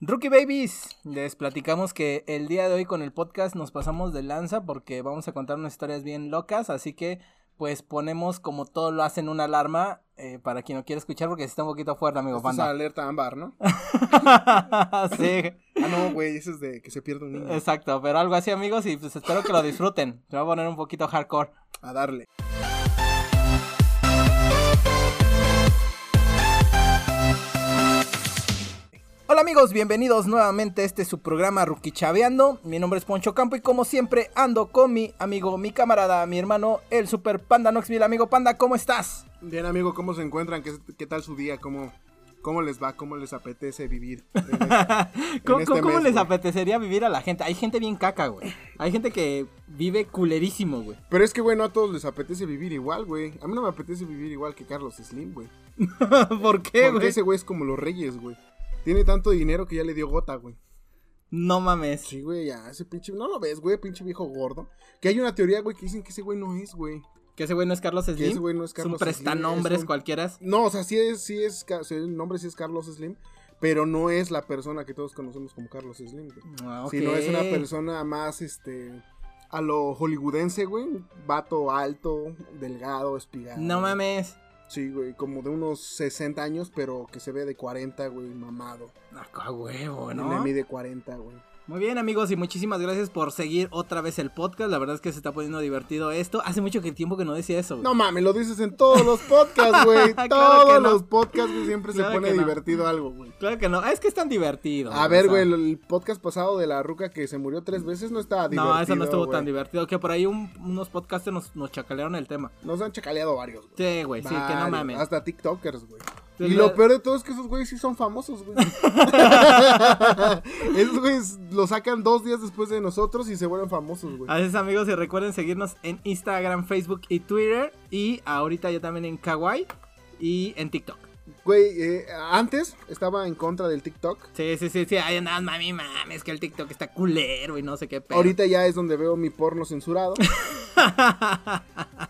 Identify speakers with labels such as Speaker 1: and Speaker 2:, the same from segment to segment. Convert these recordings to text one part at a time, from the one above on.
Speaker 1: Rookie Babies, les platicamos que el día de hoy con el podcast nos pasamos de lanza porque vamos a contar unas historias bien locas, así que pues ponemos como todo lo hacen una alarma eh, para quien no quiera escuchar porque está un poquito fuerte, amigo
Speaker 2: Esta es
Speaker 1: panda.
Speaker 2: alerta ámbar, ¿no?
Speaker 1: sí,
Speaker 2: Ah, no, güey, eso es de que se pierde un niño.
Speaker 1: exacto, pero algo así amigos y pues espero que lo disfruten. Se va a poner un poquito hardcore.
Speaker 2: A darle.
Speaker 1: Hola amigos, bienvenidos nuevamente a este su programa Rookie Chaveando. Mi nombre es Poncho Campo y como siempre ando con mi amigo, mi camarada, mi hermano, el Super Panda Knoxville. Amigo Panda, ¿cómo estás?
Speaker 2: Bien, amigo, ¿cómo se encuentran? ¿Qué, qué tal su día? ¿Cómo, ¿Cómo les va? ¿Cómo les apetece vivir? en esta- en
Speaker 1: ¿Cómo,
Speaker 2: este
Speaker 1: cómo
Speaker 2: mes,
Speaker 1: les
Speaker 2: güey?
Speaker 1: apetecería vivir a la gente? Hay gente bien caca, güey. Hay gente que vive culerísimo, güey.
Speaker 2: Pero es que, güey, no a todos les apetece vivir igual, güey. A mí no me apetece vivir igual que Carlos Slim, güey.
Speaker 1: ¿Por qué,
Speaker 2: Porque
Speaker 1: Eh, güey?
Speaker 2: ese güey es como los reyes, güey. Tiene tanto dinero que ya le dio gota, güey.
Speaker 1: No mames.
Speaker 2: Sí, güey, ya, ese pinche... No lo ves, güey, pinche viejo gordo. Que hay una teoría, güey, que dicen que ese güey no es, güey.
Speaker 1: Que ese güey no es Carlos Slim.
Speaker 2: ese güey no es Carlos
Speaker 1: un
Speaker 2: Slim,
Speaker 1: prestanombres
Speaker 2: es un-
Speaker 1: cualquiera.
Speaker 2: No, o sea, sí es, sí es, Ca- o sea, el nombre sí es Carlos Slim, pero no es la persona que todos conocemos como Carlos Slim, güey.
Speaker 1: Ah, ok.
Speaker 2: Sino es una persona más, este, a lo hollywoodense, güey. un Vato alto, delgado, espigado.
Speaker 1: No mames.
Speaker 2: Sí, güey, como de unos 60 años, pero que se ve de 40, güey, mamado.
Speaker 1: Ah, a huevo,
Speaker 2: No.
Speaker 1: ¿no?
Speaker 2: Le mide 40, güey.
Speaker 1: Muy bien, amigos, y muchísimas gracias por seguir otra vez el podcast. La verdad es que se está poniendo divertido esto. Hace mucho que tiempo que no decía eso. güey.
Speaker 2: No mames, lo dices en todos los podcasts, güey.
Speaker 1: Claro
Speaker 2: todos
Speaker 1: que no.
Speaker 2: los podcasts, güey, siempre
Speaker 1: Claro
Speaker 2: se pone
Speaker 1: que no.
Speaker 2: divertido algo, güey.
Speaker 1: Claro que no. Ah, Es que es tan divertido.
Speaker 2: A ver,
Speaker 1: o sea,
Speaker 2: güey, el, el podcast pasado de la ruca que se murió tres veces no estaba divertido.
Speaker 1: No, eso no estuvo tan
Speaker 2: güey.
Speaker 1: divertido. Que por ahí un- unos podcasters nos, nos chacalearon el tema.
Speaker 2: Nos han chacaleado varios, güey.
Speaker 1: Sí, güey, sí, que no
Speaker 2: Varios,
Speaker 1: mames.
Speaker 2: Hasta TikTokers, güey.
Speaker 1: Sí,
Speaker 2: Y
Speaker 1: la-
Speaker 2: lo peor de todo es que esos güeyes sí son famosos, güey. esos güeyes lo sacan dos días después de nosotros y se vuelven famosos, güey.
Speaker 1: Así es amigos y recuerden seguirnos en Instagram, Facebook y Twitter y ahorita ya también en Kawaii y en TikTok.
Speaker 2: Güey, eh, antes estaba en contra del TikTok.
Speaker 1: Sí, sí, sí, sí, ahí andaban, mami, mami, es que el TikTok está culero y no sé qué pedo.
Speaker 2: Ahorita ya es donde veo mi porno censurado.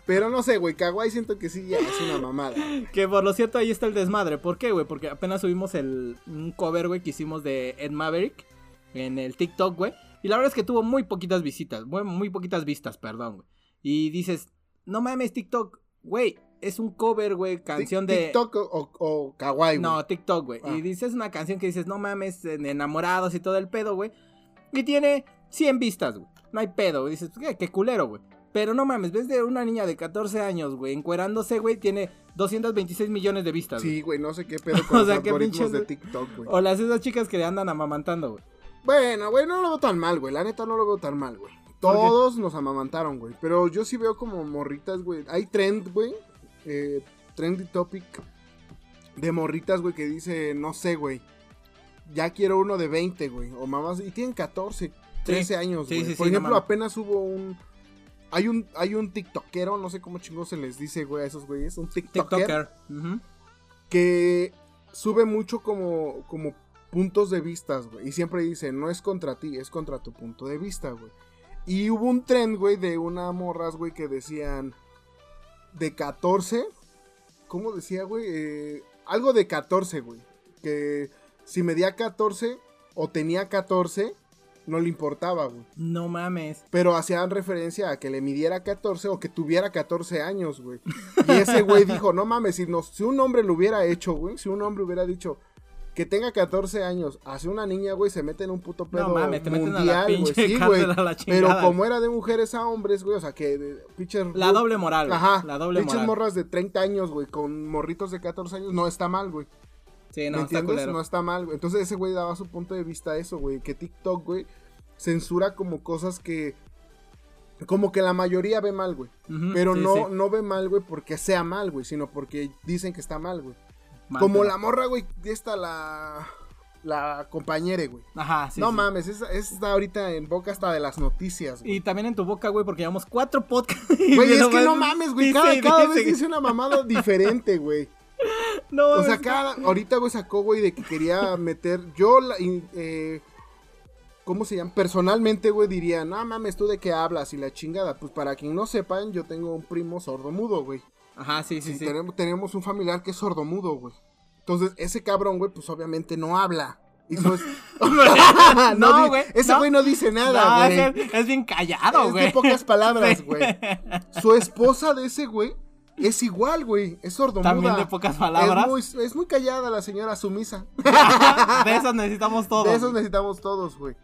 Speaker 2: Pero no sé, güey, Kawaii siento que sí ya es una mamada.
Speaker 1: Que por lo cierto ahí está el desmadre. ¿Por qué, güey? Porque apenas subimos el, un cover, güey, que hicimos de Ed Maverick en el TikTok, güey. Y la verdad es que tuvo muy poquitas visitas, muy, muy poquitas vistas, perdón, güey. Y dices, no mames, TikTok, güey, es un cover, güey, canción de...
Speaker 2: TikTok o, o, o Kawaii, güey.
Speaker 1: No, TikTok, güey.
Speaker 2: Ah.
Speaker 1: Y dices una canción que dices, no mames, en enamorados y todo el pedo, güey. Y tiene 100 vistas, güey. No hay pedo, güey. Dices, "Eh, qué, qué culero, güey. Pero no mames, ves de una niña de 14 años, güey, encuerándose, güey, tiene 226 millones de vistas, güey.
Speaker 2: Sí, güey, no sé qué pedo con
Speaker 1: O sea,
Speaker 2: los
Speaker 1: qué
Speaker 2: algoritmos
Speaker 1: pinches-
Speaker 2: de TikTok, güey.
Speaker 1: O las esas chicas que andan amamantando, güey.
Speaker 2: Bueno, güey, no lo veo tan mal, güey. La neta no lo veo tan mal, güey. Todos nos amamantaron, güey. Pero yo sí veo como morritas, güey. Hay trend, güey. Eh, trendy topic de morritas, güey, que dice, no sé, güey. Ya quiero uno de 20, güey. O mamás. Y tienen 14, 13 años,
Speaker 1: Sí,
Speaker 2: güey.
Speaker 1: sí,
Speaker 2: Por
Speaker 1: sí, no
Speaker 2: ejemplo,
Speaker 1: mames.
Speaker 2: apenas hubo un. Hay un, hay un tiktokero, no sé cómo chingos se les dice, güey, a esos güeyes. Un tiktoker
Speaker 1: TikToker. Ujú.
Speaker 2: que sube mucho como, como puntos de vistas, güey. Y siempre dice, no es contra ti, es contra tu punto de vista, güey. Y hubo un trend, güey, de una morras, güey, que decían de 14. ¿Cómo decía, güey? Eh, algo de 14, güey. Que si medía 14 o tenía 14, no le importaba, güey.
Speaker 1: No mames.
Speaker 2: Pero hacían referencia a que le midiera 14 o que tuviera 14 años, güey. Y ese güey dijo, no mames, si, nos- si un hombre lo hubiera hecho, güey, si un hombre hubiera dicho que tenga 14 años, hace una niña, güey, se mete en un puto pedo
Speaker 1: no mames, te meten a la
Speaker 2: mundial, güey.
Speaker 1: pinche
Speaker 2: Sí, güey.
Speaker 1: cárcel a la
Speaker 2: Pero
Speaker 1: chingada.
Speaker 2: como era de mujeres a hombres, güey, o sea, que de- pinches...
Speaker 1: La doble moral, güey.
Speaker 2: Ajá,
Speaker 1: La doble
Speaker 2: pinches
Speaker 1: moral.
Speaker 2: morras de 30 años, güey, con morritos de 14 años, no está mal, güey.
Speaker 1: Sí,
Speaker 2: ¿Me
Speaker 1: no, está
Speaker 2: entiendes?
Speaker 1: culero.
Speaker 2: No está mal, güey. Entonces ese güey daba su punto de vista a eso, güey. Que TikTok, güey, censura como cosas que... Como que la mayoría ve mal, güey.
Speaker 1: Ujú,
Speaker 2: Pero
Speaker 1: Mm, sí,
Speaker 2: no,
Speaker 1: sí.
Speaker 2: no ve mal, güey, porque sea mal, güey. Sino porque dicen que está mal, güey.
Speaker 1: Mal
Speaker 2: Como
Speaker 1: pedo.
Speaker 2: la morra, güey, de esta la... La compañere, güey.
Speaker 1: Ajá, sí.
Speaker 2: no
Speaker 1: sí.
Speaker 2: mames, esa, esa está ahorita en boca hasta de las noticias, güey.
Speaker 1: Y también en tu boca, güey, porque llevamos cuatro podcasts.
Speaker 2: Güey, es
Speaker 1: Pero
Speaker 2: que no
Speaker 1: mames,
Speaker 2: mames, güey.
Speaker 1: dice,
Speaker 2: Cada, cada
Speaker 1: dice
Speaker 2: vez
Speaker 1: que-
Speaker 2: dice una mamada diferente, güey.
Speaker 1: Pues, No,
Speaker 2: O sea,
Speaker 1: mames.
Speaker 2: cada, ahorita, güey, sacó, güey, de que quería meter. Yo, la- in- eh, ¿cómo se llama? Personalmente, güey, diría, no mames, tú de qué hablas y la chingada. Pues para quien no sepan, yo tengo un primo sordomudo, güey.
Speaker 1: Ajá, sí, sí,
Speaker 2: Y
Speaker 1: sí.
Speaker 2: Tenemos, tenemos un familiar que es sordomudo, güey. Entonces, ese cabrón, güey, pues obviamente no habla. Hizo es-
Speaker 1: No,
Speaker 2: di-
Speaker 1: güey,
Speaker 2: Ese
Speaker 1: no.
Speaker 2: güey no dice nada,
Speaker 1: No,
Speaker 2: güey.
Speaker 1: es, es bien callado,
Speaker 2: Es
Speaker 1: güey.
Speaker 2: de pocas palabras, güey.
Speaker 1: Sí.
Speaker 2: Su esposa de ese güey es igual, güey. Es sordomuda.
Speaker 1: También de pocas palabras.
Speaker 2: Es muy, es muy callada la señora sumisa.
Speaker 1: De esas necesitamos todos.
Speaker 2: De esos necesitamos todos, güey.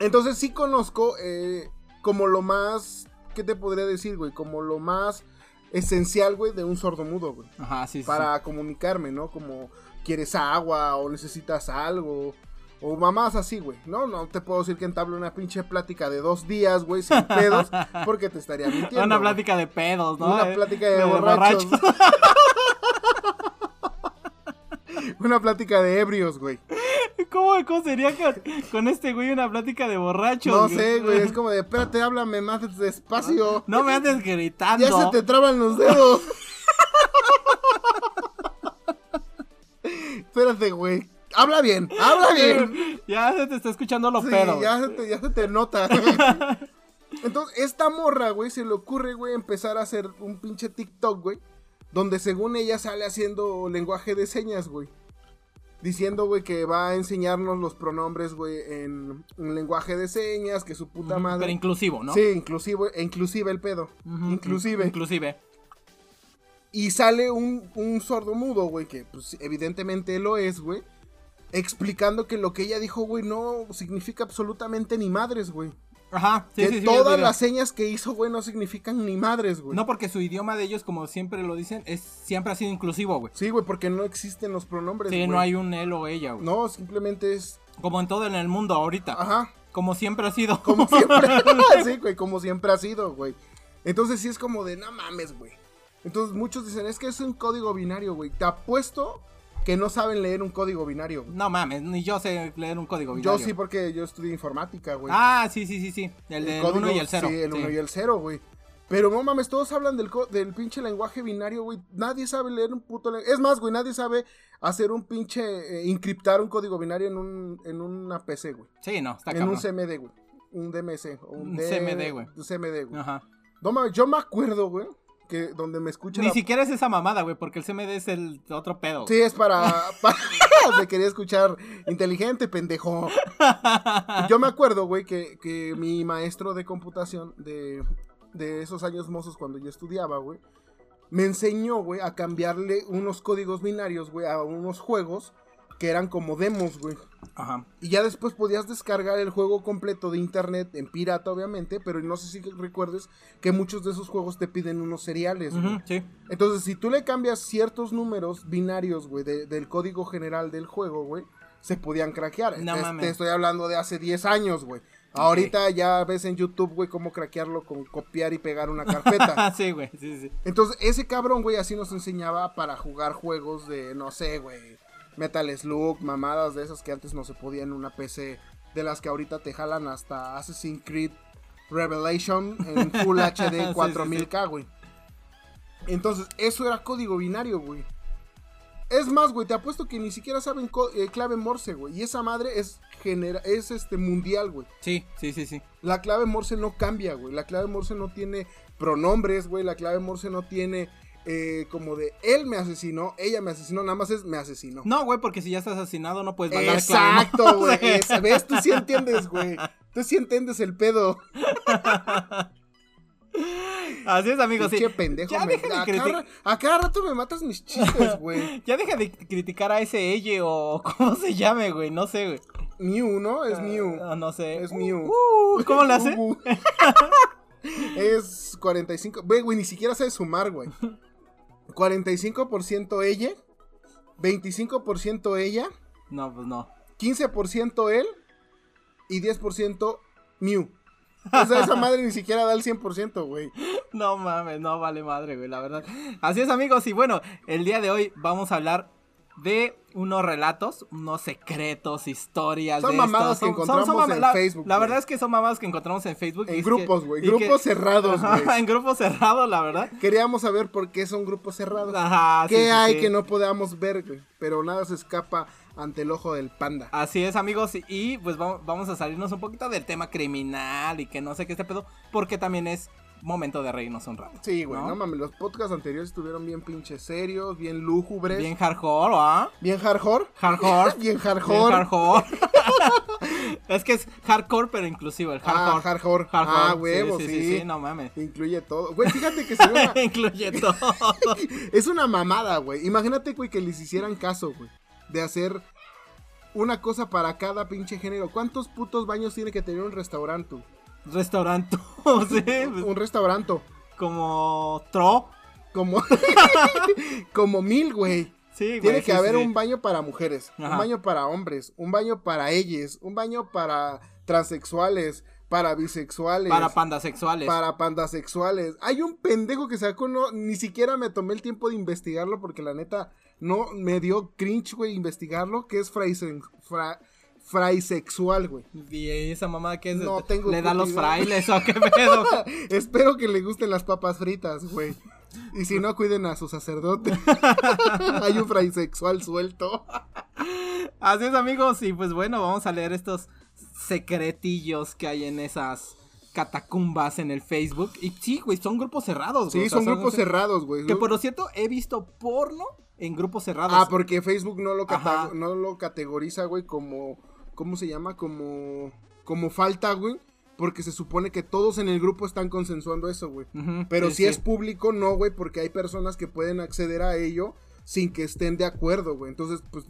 Speaker 2: Entonces sí conozco eh, como lo más, ¿qué te podría decir, güey? Como lo más esencial, güey, de un sordomudo, güey.
Speaker 1: Ajá, sí, sí. sí.
Speaker 2: Para comunicarme, ¿no? Como quieres agua o necesitas algo. O mamás así, güey. No, no te puedo decir que entable una pinche plática de dos días, güey, sin pedos, porque te estaría mintiendo.
Speaker 1: Una
Speaker 2: güey.
Speaker 1: plática de pedos, ¿no?
Speaker 2: Una
Speaker 1: Eh,
Speaker 2: plática de, borrachos. una plática de ebrios, güey.
Speaker 1: ¿Cómo, cómo sería con, con este güey una plática de borrachos?
Speaker 2: No sé, güey, es como de, espérate, háblame más despacio.
Speaker 1: No me andes gritando.
Speaker 2: Ya se te traban los dedos. espérate, güey. Habla bien, habla bien.
Speaker 1: Ya se te está escuchando lo
Speaker 2: Sí,
Speaker 1: pedo.
Speaker 2: ya se, te, ya se te nota. Entonces, esta morra, güey, se le ocurre, güey, empezar a hacer un pinche TikTok, güey. Donde según ella sale haciendo lenguaje de señas, güey. Diciendo, güey, que va a enseñarnos los pronombres, güey, en, en lenguaje de señas, que su puta
Speaker 1: Ujú,
Speaker 2: madre.
Speaker 1: Pero inclusivo, ¿no?
Speaker 2: Sí, inclusive, e inclusive el pedo.
Speaker 1: Ujú,
Speaker 2: inclusive.
Speaker 1: Inclusive.
Speaker 2: Y sale un, un sordo mudo, güey, que pues evidentemente lo es, güey. Explicando que lo que ella dijo, güey, no significa absolutamente ni madres, güey.
Speaker 1: Ajá, sí,
Speaker 2: que
Speaker 1: sí, sí. vi el
Speaker 2: todas
Speaker 1: video.
Speaker 2: las señas que hizo, güey, no significan ni madres, güey.
Speaker 1: No, porque su idioma de ellos, como siempre lo dicen, es siempre ha sido inclusivo, güey.
Speaker 2: Sí, güey, porque no existen los pronombres,
Speaker 1: Sí,
Speaker 2: güey.
Speaker 1: no hay un él o ella, güey.
Speaker 2: No, simplemente es...
Speaker 1: Como en todo en el mundo ahorita.
Speaker 2: Ajá,
Speaker 1: Como siempre ha sido.
Speaker 2: como siempre. sí, güey, como siempre ha sido, güey. Entonces sí es como de, no mames, güey. Entonces muchos dicen, es que es un código binario, güey. Te apuesto que no saben leer un código binario, güey.
Speaker 1: No mames, ni yo sé leer un código
Speaker 2: Yo
Speaker 1: binario.
Speaker 2: sí, porque yo estudié informática, güey.
Speaker 1: Ah, sí, sí, sí, sí. El del 1 y el 0.
Speaker 2: Sí, el 1 y el 0, güey. Pero no mames, todos hablan del, co- del pinche lenguaje binario, güey. Nadie sabe leer un puto lenguaje. Es más, güey, nadie sabe hacer un pinche. eh, encriptar un código binario en, un, en una PC, güey.
Speaker 1: Sí, no, está
Speaker 2: En
Speaker 1: cabrón.
Speaker 2: un CMD, güey. Un DMC. O un
Speaker 1: Un
Speaker 2: D-
Speaker 1: CMD, güey.
Speaker 2: Un CMD, güey.
Speaker 1: Ajá.
Speaker 2: No mames, yo me acuerdo, güey, que donde me escuchan.
Speaker 1: Ni siquiera es esa mamada, güey, porque el CMD es el otro pedo.
Speaker 2: Sí, es para. para... te quería escuchar inteligente, pendejo. Yo me acuerdo, güey, que, que mi maestro de computación de, de esos años mozos cuando yo estudiaba, güey, me enseñó, güey, a cambiarle unos códigos binarios, güey, a unos juegos que eran como demos, güey.
Speaker 1: Ajá.
Speaker 2: Y ya después podías descargar el juego completo de internet, en pirata, obviamente, pero no sé si recuerdes que muchos de esos juegos te piden unos seriales, güey.
Speaker 1: Ujú, sí.
Speaker 2: Entonces, si tú le cambias ciertos números binarios, güey, de- del código general del juego, güey, se podían craquear.
Speaker 1: No
Speaker 2: te,
Speaker 1: mames.
Speaker 2: te estoy hablando de hace 10 años, güey. Ahorita ya ves en YouTube, güey, cómo craquearlo con copiar y pegar una carpeta.
Speaker 1: Ah, sí, güey. Sí, sí.
Speaker 2: Entonces, ese cabrón, güey, así nos enseñaba para jugar juegos de, no sé, güey, Metal Slug, mamadas de esas que antes no se podía en una PC, de las que ahorita te jalan hasta Assassin's Creed Revelation en Full
Speaker 1: Sí, sí,
Speaker 2: HD
Speaker 1: sí.
Speaker 2: 4000K, güey. Entonces, eso era código binario, güey. Es más, güey, te apuesto que ni siquiera saben co- eh, clave Morse, güey. Y esa madre es, genera es este mundial, güey.
Speaker 1: Sí, sí, sí, sí.
Speaker 2: La clave Morse no cambia, güey. La clave Morse no tiene pronombres, güey. La clave Morse no tiene eh, como de él me asesinó, ella me asesinó, nada más es me asesinó.
Speaker 1: No, güey, porque si ya estás asesinado no puedes mandar clave, ¿no?
Speaker 2: Exacto, güey.
Speaker 1: Sí.
Speaker 2: Es- ¿Ves? Tú sí entiendes, güey. Tú sí entiendes el pedo.
Speaker 1: Así es, amigos. Sí.
Speaker 2: Pinche pendejo.
Speaker 1: Ya
Speaker 2: me-
Speaker 1: deja de
Speaker 2: a, cada,
Speaker 1: criticar.
Speaker 2: ra- a cada rato me matas mis chistes, güey.
Speaker 1: Ya deja de criticar a ese Elle o cómo se llame, güey. No sé, güey.
Speaker 2: Mew, ¿no? Es Mew.
Speaker 1: Ah, no sé.
Speaker 2: Es Mew.
Speaker 1: Uh, ¿Cómo la hace?
Speaker 2: Uh, uh. es 45. Güey, güey, ni siquiera sabe sumar, güey. 45% ella, 25% ella,
Speaker 1: No, pues no.
Speaker 2: 15% él y 10% Mew. O sea, esa madre ni siquiera da el 100%, güey.
Speaker 1: No mames, no vale madre, güey, la verdad. Así es, amigos, y bueno, el día de hoy vamos a hablar de unos relatos, unos secretos, historias.
Speaker 2: Son
Speaker 1: de
Speaker 2: mamadas
Speaker 1: estas.
Speaker 2: que encontramos en
Speaker 1: la-
Speaker 2: Facebook,
Speaker 1: La
Speaker 2: güey.
Speaker 1: verdad es que son mamadas que encontramos en Facebook. y
Speaker 2: En
Speaker 1: es
Speaker 2: grupos,
Speaker 1: que-
Speaker 2: güey.
Speaker 1: y que-
Speaker 2: Grupos cerrados,
Speaker 1: Ajá,
Speaker 2: güey.
Speaker 1: En grupos cerrados, la verdad.
Speaker 2: Queríamos saber por qué son grupos cerrados.
Speaker 1: Ajá, Ah, sí,
Speaker 2: ¿Qué
Speaker 1: sí,
Speaker 2: hay
Speaker 1: sí.
Speaker 2: que no podamos ver, güey? Pero nada se escapa ante el ojo del panda.
Speaker 1: Así es, amigos, y- y pues va- vamos a salirnos un poquito del tema criminal y que no sé qué este pedo, porque también es momento de reírnos un rato.
Speaker 2: Sí, güey, ¿no? mames, los podcasts anteriores estuvieron bien pinches serios, bien lúgubres.
Speaker 1: Bien hardcore, ¿ah?
Speaker 2: Bien hardcore.
Speaker 1: Hardcore.
Speaker 2: Bien hardcore.
Speaker 1: Bien hardcore. es que es hardcore, pero inclusivo, el
Speaker 2: Ah,
Speaker 1: hardcore.
Speaker 2: hardcore.
Speaker 1: Hardcore.
Speaker 2: Ah, huevo, sí.
Speaker 1: sí, sí, sí, no mames.
Speaker 2: Incluye todo. Güey, fíjate que sería una-
Speaker 1: Incluye todo.
Speaker 2: es una mamada, güey. Imagínate, güey, que les hicieran caso, güey. De hacer una cosa para cada pinche género. ¿Cuántos putos baños tiene que tener un restaurante? güey?
Speaker 1: Restaurante, sí, pues,
Speaker 2: Un restaurante.
Speaker 1: como tro.
Speaker 2: Como, como mil, güey.
Speaker 1: Sí, güey,
Speaker 2: Tiene
Speaker 1: sí,
Speaker 2: que
Speaker 1: sí,
Speaker 2: haber
Speaker 1: sí.
Speaker 2: un baño para mujeres,
Speaker 1: Ajá.
Speaker 2: un baño para hombres, un baño para ellas, un baño para transexuales, para bisexuales,
Speaker 1: para pandasexuales.
Speaker 2: para pandasexuales. Hay un pendejo que sacó, no, ni siquiera me tomé el tiempo de investigarlo porque la neta no me dio cringe, güey, investigarlo, que es fraisen- fra- fraisexual, güey.
Speaker 1: Y esa mamá que es
Speaker 2: No tengo
Speaker 1: le da a los
Speaker 2: puta idea.
Speaker 1: frailes o qué pedo.
Speaker 2: Espero que le gusten las papas fritas, güey. Y si no, cuiden a su sacerdote. Hay un fraisexual suelto.
Speaker 1: Así es, amigos. Y pues bueno, vamos a leer estos secretillos que hay en esas catacumbas en el Facebook. Y sí, güey, son grupos cerrados, güey.
Speaker 2: Sí,
Speaker 1: O sea,
Speaker 2: son grupos cerrados, güey.
Speaker 1: ¿eh? Que por lo cierto, he visto porno en grupos cerrados.
Speaker 2: Ah, porque Facebook no lo, cata-
Speaker 1: Ajá.
Speaker 2: no lo categoriza, güey, como... ¿Cómo se llama? Como... Como falta, güey. Porque se supone que todos en el grupo están consensuando eso, güey.
Speaker 1: Ujú,
Speaker 2: Pero
Speaker 1: sí,
Speaker 2: si
Speaker 1: sí.
Speaker 2: es público, no, güey, porque hay personas que pueden acceder a ello sin que estén de acuerdo, güey. Entonces, pues,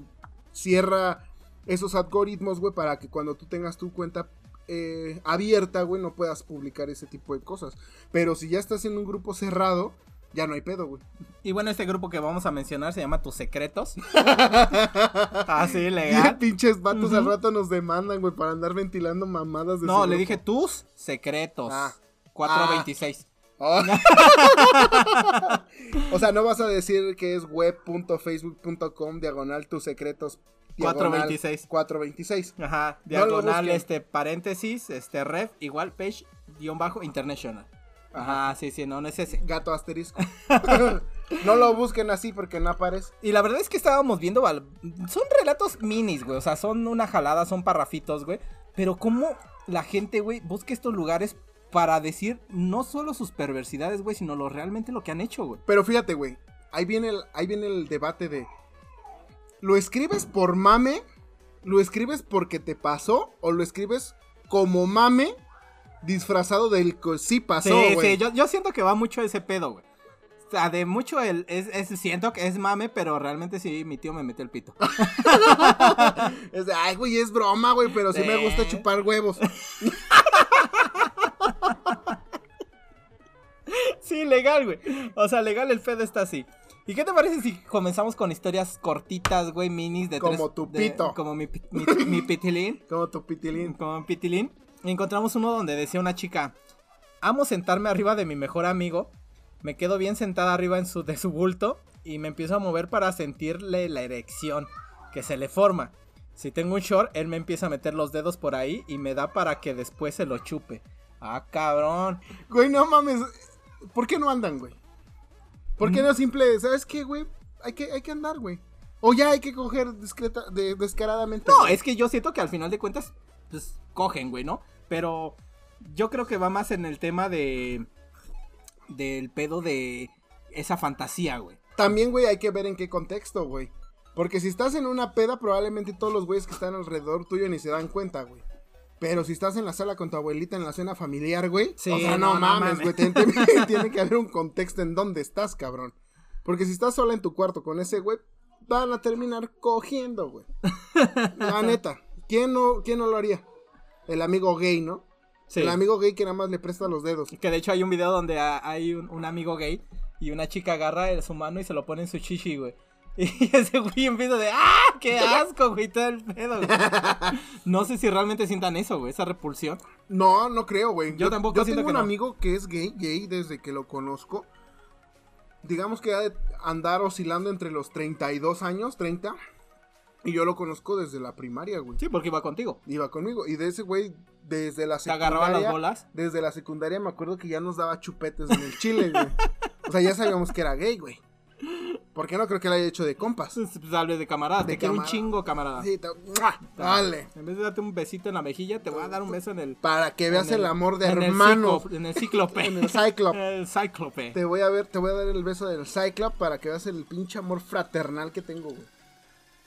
Speaker 2: cierra esos algoritmos, güey, para que cuando tú tengas tu cuenta eh, abierta, güey, no puedas publicar ese tipo de cosas. Pero si ya estás en un grupo cerrado, ya no hay pedo, güey.
Speaker 1: Y bueno, este grupo que vamos a mencionar se llama Tus Secretos. Así, legal.
Speaker 2: pinches vatos al
Speaker 1: Ah, Ujú.
Speaker 2: rato nos demandan, güey, para andar ventilando mamadas de
Speaker 1: No,
Speaker 2: su
Speaker 1: le
Speaker 2: grupo.
Speaker 1: dije Tus Secretos.
Speaker 2: Ah.
Speaker 1: 426.
Speaker 2: Ah. o sea, no vas a decir que es web.facebook.com diagonal tus secretos. diagonal
Speaker 1: 426.
Speaker 2: 426.
Speaker 1: Ajá,
Speaker 2: No lo
Speaker 1: diagonal,
Speaker 2: busquen.
Speaker 1: este, paréntesis, este, ref, igual, page, guión bajo, international. Ajá, sí, sí, no, no es ese.
Speaker 2: Gato asterisco. no lo busquen así porque no aparece.
Speaker 1: Y la verdad es que estábamos viendo, val- son relatos minis, güey, o sea, son una jalada, son parrafitos, güey. Pero cómo la gente, güey, busca estos lugares para decir no solo sus perversidades, güey, sino lo realmente lo que han hecho, güey.
Speaker 2: Pero fíjate, güey. Ahí viene, el, ahí viene el debate de. ¿Lo escribes por mame? ¿Lo escribes porque te pasó? ¿O lo escribes como mame disfrazado del que sí pasó,
Speaker 1: sí,
Speaker 2: güey?
Speaker 1: sí, yo, yo siento que va mucho ese pedo, güey. O sea, de mucho el, es, es- siento que es mame, pero realmente sí, mi tío me mete el pito.
Speaker 2: Es de, ay, güey, es broma, güey, pero sí me
Speaker 1: Sí.
Speaker 2: gusta chupar huevos.
Speaker 1: Sí, legal, güey. O sea, legal el pedo está así. ¿Y qué te parece si comenzamos con historias cortitas, güey, minis de
Speaker 2: Como
Speaker 1: tres-
Speaker 2: tu
Speaker 1: de-
Speaker 2: pito.
Speaker 1: como mi, pi- mi, mi pitilín.
Speaker 2: Como tu pitilín.
Speaker 1: Como mi pitilín. Y encontramos uno donde decía una chica, amo sentarme arriba de mi mejor amigo. Me quedo bien sentada arriba en su, de su bulto y me empiezo a mover para sentirle la erección que se le forma. Si tengo un short, él me empieza a meter los dedos por ahí y me da para que después se lo chupe. Ah, cabrón.
Speaker 2: Güey, no mames. ¿Por qué no andan, güey? ¿Por
Speaker 1: Mm.
Speaker 2: qué no simple, sabes qué, güey? Hay que, hay que andar, güey. O ya hay que coger discreta, de- descaradamente.
Speaker 1: No,
Speaker 2: güey.
Speaker 1: es que yo siento que al final de cuentas, pues cogen, güey, ¿no? Pero yo creo que va más en el tema de. del pedo de esa fantasía, güey.
Speaker 2: También, güey, hay que ver en qué contexto, güey. Porque si estás en una peda, probablemente todos los güeyes que están alrededor tuyo ni se dan cuenta, güey. Pero si estás en la sala con tu abuelita en la cena familiar, güey.
Speaker 1: Sí,
Speaker 2: o sea,
Speaker 1: no,
Speaker 2: no,
Speaker 1: no
Speaker 2: mames,
Speaker 1: mames.
Speaker 2: güey. Tiene, tiene- tiene que haber un contexto en dónde estás, cabrón. Porque si estás sola en tu cuarto con ese güey, van a terminar cogiendo, güey. La neta. ¿Quién no, ¿Quién no lo haría? El amigo gay, ¿no?
Speaker 1: Sí.
Speaker 2: El amigo gay que nada más le presta los dedos.
Speaker 1: Que de hecho hay un video donde a- hay un, un amigo gay y una chica agarra el- su mano y se lo pone en su chichi, güey. Y ese güey empieza de ¡Ah! ¡Qué asco, güey! Todo el pedo, güey. No sé si realmente sientan eso, güey, esa repulsión.
Speaker 2: No, no creo, güey.
Speaker 1: Yo tampoco
Speaker 2: Yo
Speaker 1: siento
Speaker 2: tengo
Speaker 1: que
Speaker 2: un
Speaker 1: no.
Speaker 2: amigo que es gay, gay desde que lo conozco. Digamos que ha de andar oscilando entre los 32 años, 30. Y yo lo conozco desde la primaria, güey.
Speaker 1: Sí, porque iba contigo.
Speaker 2: Iba conmigo. Y de ese güey, desde la
Speaker 1: Te
Speaker 2: secundaria.
Speaker 1: agarraba las bolas.
Speaker 2: Desde la secundaria me acuerdo que ya nos daba chupetes en el chile, güey. O sea, ya sabíamos que era gay, güey. Porque no creo que la haya hecho de compas.
Speaker 1: Sable pues, de camarada,
Speaker 2: De
Speaker 1: te quiero un
Speaker 2: camarada.
Speaker 1: chingo, camarada.
Speaker 2: Así, ta-
Speaker 1: Ah.
Speaker 2: ¡mua! dale.
Speaker 1: En vez de darte un besito en la mejilla, te voy a dar un beso en el.
Speaker 2: Para que veas
Speaker 1: en
Speaker 2: el, amor de
Speaker 1: en el
Speaker 2: hermano.
Speaker 1: ciclo- en el cíclope.
Speaker 2: En el Cyclope.
Speaker 1: El cíclope.
Speaker 2: Te voy a ver, te voy a dar el beso del Cyclops para que veas el pinche amor fraternal que tengo, güey.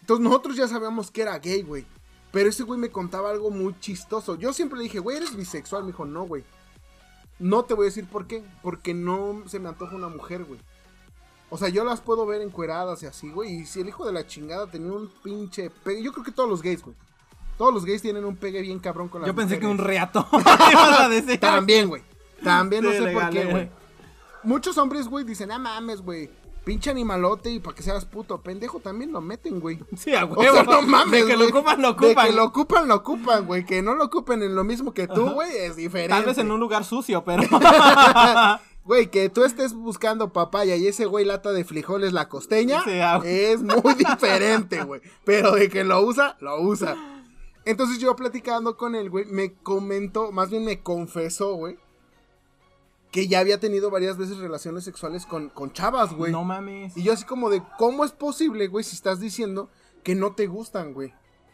Speaker 2: Entonces nosotros ya sabíamos que era gay, güey. Pero ese güey me contaba algo muy chistoso. Yo siempre le dije, güey, eres bisexual. Me dijo, no, güey. No te voy a decir por qué. Porque no se me antoja una mujer, güey. O sea, yo las puedo ver encueradas y así, güey. Y si el hijo de la chingada tenía un pinche pegue. Yo creo que todos los gays, güey. Todos los gays tienen un pegue bien cabrón con las
Speaker 1: Yo pensé que un
Speaker 2: mujeres.
Speaker 1: reato. ibas a decir.
Speaker 2: También, güey. También no
Speaker 1: Sí,
Speaker 2: sé por
Speaker 1: legal,
Speaker 2: qué,
Speaker 1: eh.
Speaker 2: güey. Muchos hombres, güey, dicen, ah, mames, güey. Pinche animalote y para que seas puto pendejo también lo meten, güey.
Speaker 1: Sí, a
Speaker 2: O
Speaker 1: huevo.
Speaker 2: sea, no mames,
Speaker 1: De que lo
Speaker 2: güey.
Speaker 1: ocupan, lo
Speaker 2: De
Speaker 1: ocupan.
Speaker 2: que lo ocupan, lo ocupan, güey. Que no lo ocupen en lo mismo que tú, güey, es diferente.
Speaker 1: Tal vez en un lugar sucio, pero.
Speaker 2: Güey, que tú estés buscando papaya y ese güey lata de frijoles la costeña
Speaker 1: Sí, ah, güey.
Speaker 2: es muy diferente, güey. Pero de que lo usa, lo usa. Entonces yo platicando con él, güey, me comentó, más bien me confesó, güey, que ya había tenido varias veces relaciones sexuales con, con chavas, güey.
Speaker 1: no mames.
Speaker 2: Y yo así como de, ¿cómo es posible, güey, si estás diciendo que no te gustan, güey?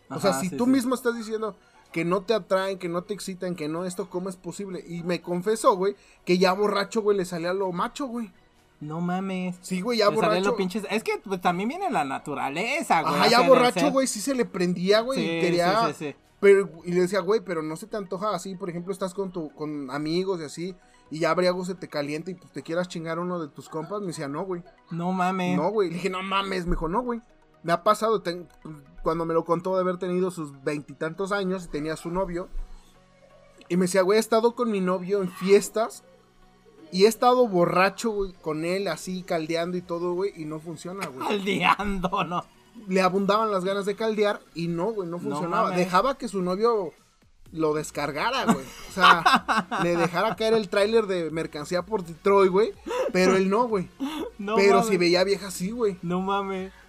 Speaker 2: O sea,
Speaker 1: Ajá,
Speaker 2: si
Speaker 1: sí,
Speaker 2: tú
Speaker 1: sí.
Speaker 2: mismo estás diciendo que no te atraen, que no te excitan, que no esto, ¿cómo es posible? Y me confesó, güey, que ya borracho, güey, le salía lo macho, güey.
Speaker 1: No mames.
Speaker 2: Sí, güey, ya
Speaker 1: Le salen
Speaker 2: borracho.
Speaker 1: los pinches- Es que pues, también viene la naturaleza, güey.
Speaker 2: Ajá,
Speaker 1: o sea,
Speaker 2: ya
Speaker 1: del
Speaker 2: borracho,
Speaker 1: ser.
Speaker 2: güey, sí se le prendía, güey, y
Speaker 1: Sí, sí,
Speaker 2: quería...
Speaker 1: sí, sí.
Speaker 2: Pero, y le decía, güey, pero no se te antoja así, por ejemplo, estás con tu, con amigos y así, y ya algo se te calienta y pues, te quieras chingar a uno de tus compas, me decía, no, güey.
Speaker 1: No mames.
Speaker 2: No, güey. Le dije, no mames. Me dijo, no, güey. Me ha pasado. ten- Cuando me lo contó de haber tenido sus veintitantos años y tenía su novio. Y me decía, güey, he estado con mi novio en fiestas. Y he estado borracho, güey, con él, así, caldeando y todo, güey. Y no funciona, güey.
Speaker 1: Aldeando, no.
Speaker 2: Le abundaban las ganas de caldear. Y no, güey, no funcionaba.
Speaker 1: mames.
Speaker 2: Dejaba que su novio lo descargara, güey. O sea, le dejara caer el tráiler de mercancía por Detroit, güey. Pero él no, güey.
Speaker 1: No
Speaker 2: pero
Speaker 1: mames.
Speaker 2: si veía vieja, sí, güey.
Speaker 1: No mames.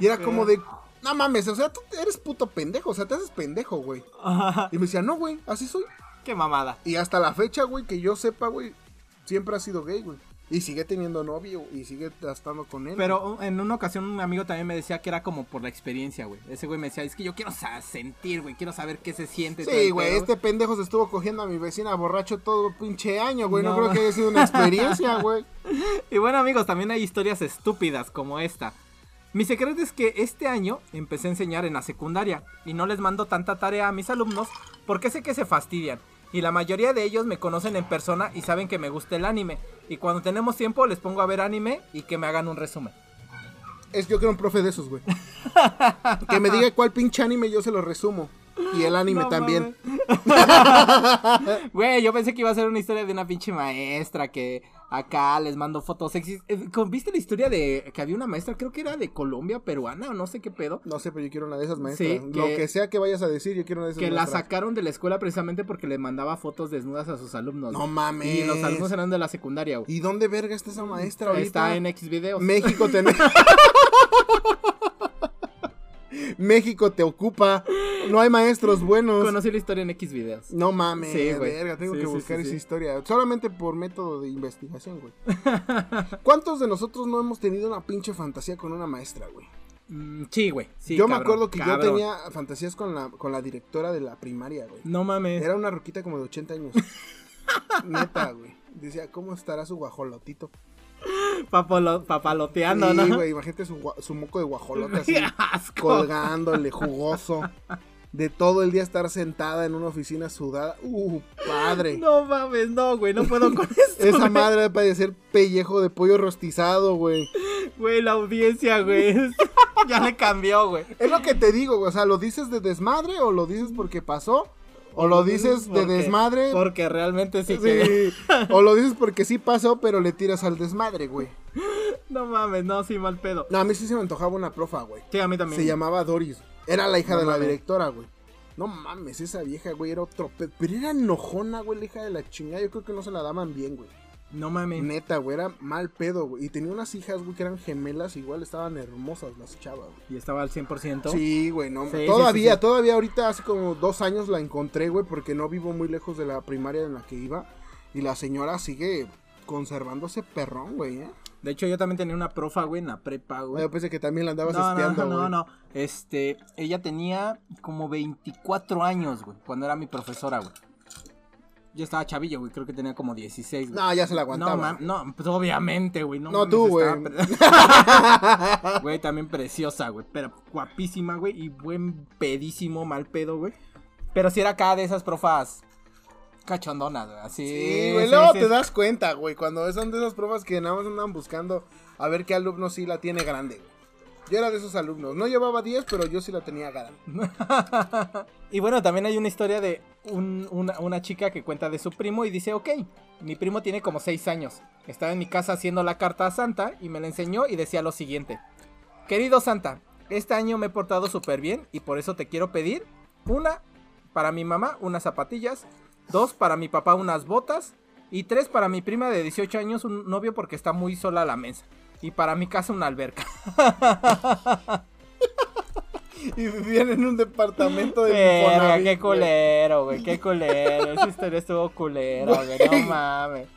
Speaker 2: Y era como de, no mames, o sea, tú eres puto pendejo, o sea, te haces pendejo, güey.
Speaker 1: Ajá,
Speaker 2: Y me decía, no, güey, así soy.
Speaker 1: Qué mamada.
Speaker 2: Y hasta la fecha, güey, que yo sepa, güey, siempre ha sido gay, güey. Y sigue teniendo novio y sigue estando con él.
Speaker 1: Pero uh, en una ocasión un amigo también me decía que era como por la experiencia, güey. Ese güey me decía, es que yo quiero sa- sentir, güey. Quiero saber qué se siente. todo
Speaker 2: Sí,
Speaker 1: el
Speaker 2: güey,
Speaker 1: pedo".
Speaker 2: este pendejo se estuvo cogiendo a mi vecina borracho todo pinche año, güey. No,
Speaker 1: No.
Speaker 2: creo que haya sido una experiencia, güey.
Speaker 1: Y bueno, amigos, también hay historias estúpidas como esta. Mi secreto es que este año empecé a enseñar en la secundaria y no les mando tanta tarea a mis alumnos porque sé que se fastidian. Y la mayoría de ellos me conocen en persona y saben que me gusta el anime. Y cuando tenemos tiempo les pongo a ver anime y que me hagan un resumen.
Speaker 2: Es yo quiero un profe de esos, güey. que me diga cuál pinche anime yo se lo resumo. Y el anime
Speaker 1: No
Speaker 2: también.
Speaker 1: mames. Güey, yo pensé que iba a ser una historia de una pinche maestra que acá les mando fotos sexys. Eh, ¿con- ¿Viste la historia de que había una maestra? Creo que era de Colombia, peruana o no sé qué pedo.
Speaker 2: No sé, pero yo quiero una de esas maestras.
Speaker 1: Sí,
Speaker 2: Lo
Speaker 1: que-
Speaker 2: que sea que vayas a decir, yo quiero una de esas
Speaker 1: Que la
Speaker 2: maestras.
Speaker 1: sacaron de la escuela precisamente porque le mandaba fotos desnudas a sus alumnos.
Speaker 2: No
Speaker 1: güey.
Speaker 2: mames.
Speaker 1: Y los alumnos eran de la secundaria, güey.
Speaker 2: ¿Y dónde verga está esa maestra ahorita?
Speaker 1: Está en X videos.
Speaker 2: México te... México te ocupa. No hay maestros buenos.
Speaker 1: Conocí la historia en X videos.
Speaker 2: No mames,
Speaker 1: Sí, güey.
Speaker 2: verga, tengo
Speaker 1: Sí,
Speaker 2: que
Speaker 1: sí,
Speaker 2: buscar
Speaker 1: sí,
Speaker 2: esa
Speaker 1: sí.
Speaker 2: historia. Solamente por método de investigación, güey. ¿Cuántos de nosotros no hemos tenido una pinche fantasía con una maestra, güey?
Speaker 1: Mm, sí, güey. Sí,
Speaker 2: yo me
Speaker 1: cabrón,
Speaker 2: acuerdo que yo
Speaker 1: cabrón.
Speaker 2: tenía fantasías con la, con la directora de la primaria, güey.
Speaker 1: No mames.
Speaker 2: Era una roquita como de 80 años. Neta, güey. Decía, ¿cómo estará su guajolotito?
Speaker 1: Papalo- papaloteando,
Speaker 2: Sí,
Speaker 1: ¿no?
Speaker 2: güey, imagínate su, gua- su moco de guajolota así,
Speaker 1: Asco.
Speaker 2: colgándole, jugoso. De todo el día estar sentada en una oficina sudada. ¡Uh, padre!
Speaker 1: No mames, no, güey, no puedo con este, esto.
Speaker 2: Esa
Speaker 1: güey.
Speaker 2: madre debe parecer pellejo de pollo rostizado, güey.
Speaker 1: Güey, la audiencia, güey. ya le cambió, güey.
Speaker 2: Es lo que te digo, güey. O sea, ¿lo dices de desmadre o lo dices porque pasó? ¿O lo dices de
Speaker 1: Porque-
Speaker 2: desmadre?
Speaker 1: Porque realmente sí,
Speaker 2: Sí.
Speaker 1: que-
Speaker 2: O lo dices porque sí pasó, pero le tiras al desmadre, güey.
Speaker 1: No mames, no, sí, mal pedo.
Speaker 2: No, a mí sí se me antojaba una profa, güey.
Speaker 1: Sí, a mí también.
Speaker 2: Se llamaba Doris. Era la hija
Speaker 1: No
Speaker 2: de la
Speaker 1: mames.
Speaker 2: directora, güey. No mames, esa vieja, güey, era otro pe- Pero era enojona, güey, la hija de la chingada. Yo creo que no se la daban bien, güey.
Speaker 1: No mames.
Speaker 2: Neta, güey, era mal pedo, güey. Y tenía unas hijas, güey, que eran gemelas. Igual estaban hermosas las chavas, güey.
Speaker 1: Y estaba al 100%.
Speaker 2: Sí, güey, no.
Speaker 1: Sí, sí,
Speaker 2: todavía,
Speaker 1: sí, sí.
Speaker 2: todavía ahorita hace como dos años la encontré, güey, porque no vivo muy lejos de la primaria en la que iba. Y la señora sigue conservándose perrón, güey, ¿eh?
Speaker 1: De hecho, yo también tenía una profa, güey, en la prepa,
Speaker 2: Güey,
Speaker 1: güey.
Speaker 2: Yo pensé que también la andabas
Speaker 1: no, no,
Speaker 2: pues, espiando,
Speaker 1: no, no,
Speaker 2: güey.
Speaker 1: no. Este, ella tenía como 24 años, güey, cuando era mi profesora, güey. Yo estaba chavillo, güey, creo que tenía como 16, güey.
Speaker 2: No, ya se la
Speaker 1: No,
Speaker 2: aguantaba.
Speaker 1: mam- no, pues obviamente, güey. No,
Speaker 2: No,
Speaker 1: mames,
Speaker 2: tú,
Speaker 1: estaba
Speaker 2: güey.
Speaker 1: pre- Güey, también preciosa, güey. Pero guapísima, güey. Y buen pedísimo, mal pedo, güey. Pero si era acá de esas profas cachondonas, güey. Así.
Speaker 2: Sí, güey,
Speaker 1: sí,
Speaker 2: luego
Speaker 1: sí.
Speaker 2: te das cuenta, güey, cuando son de esas pruebas que nada más andan buscando a ver qué alumno sí la tiene grande. güey. Yo era de esos alumnos, no llevaba 10, pero yo sí la tenía grande.
Speaker 1: y bueno, también hay una historia de un- una, una chica que cuenta de su primo y dice, ok, mi primo tiene como 6 años. Estaba en mi casa haciendo la carta a Santa y me la enseñó y decía lo siguiente. Querido Santa, este año me he portado súper bien y por eso te quiero pedir una para mi mamá, unas zapatillas, dos para mi papá, unas botas y tres para mi prima de 18 años, un novio porque está muy sola a la mesa. Y para mi casa una alberca.
Speaker 2: Y vivían en un departamento de
Speaker 1: Verga,
Speaker 2: Infonavit,
Speaker 1: qué
Speaker 2: güey.
Speaker 1: culero, güey, qué culero. Esa historia estuvo culera, güey, no
Speaker 2: Güey.
Speaker 1: mames.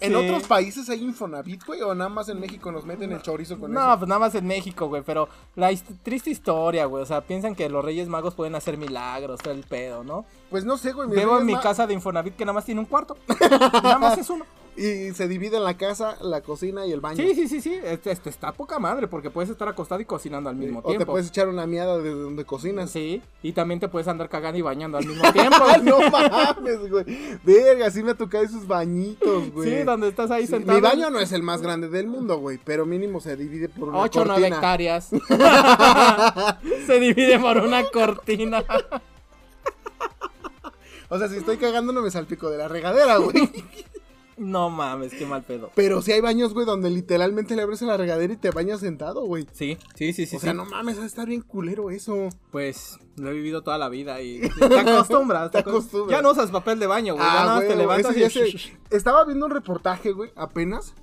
Speaker 2: ¿En
Speaker 1: Sí.
Speaker 2: otros países hay Infonavit, güey? ¿O nada más en México nos meten el chorizo con
Speaker 1: No,
Speaker 2: eso?
Speaker 1: pues nada más en México, güey, pero la hist- triste historia, güey. O sea, piensan que los Reyes Magos pueden hacer milagros, todo el pedo, ¿no?
Speaker 2: Pues no sé, güey. mis
Speaker 1: Veo en
Speaker 2: reyes
Speaker 1: mi
Speaker 2: ma-
Speaker 1: casa de Infonavit que nada más tiene un cuarto. nada más es uno.
Speaker 2: Y se dividen la casa, la cocina y el baño.
Speaker 1: Sí, sí, sí, sí. Este, este está poca madre porque puedes estar acostado y cocinando al mismo
Speaker 2: o
Speaker 1: tiempo.
Speaker 2: te puedes echar una miada desde donde cocinas.
Speaker 1: Sí, y también te puedes andar cagando y bañando al mismo tiempo.
Speaker 2: ¡Ah, no mames, güey! Verga, sí me ha tocado esos bañitos, güey.
Speaker 1: sí, donde estás ahí
Speaker 2: Sí,
Speaker 1: sentado.
Speaker 2: Mi baño no es el más grande del mundo, güey, pero mínimo se divide por una
Speaker 1: 8 o 9
Speaker 2: cortina.
Speaker 1: hectáreas. Se divide por una cortina.
Speaker 2: O sea, si estoy cagando no me salpico de la regadera, güey.
Speaker 1: No mames, qué mal pedo.
Speaker 2: Pero sí hay baños, güey, donde literalmente le abres a la regadera y te bañas sentado, güey.
Speaker 1: Sí, sí, sí, sí.
Speaker 2: o sea,
Speaker 1: sí.
Speaker 2: no mames, va a estar bien culero eso.
Speaker 1: Pues lo he vivido toda la vida y te acostumbras.
Speaker 2: Te acostumbras.
Speaker 1: Ya no usas papel de baño, güey. ya
Speaker 2: Ah,
Speaker 1: nada más
Speaker 2: güey,
Speaker 1: te levantas
Speaker 2: ese
Speaker 1: y...
Speaker 2: ya se- Estaba viendo un reportaje, güey, apenas,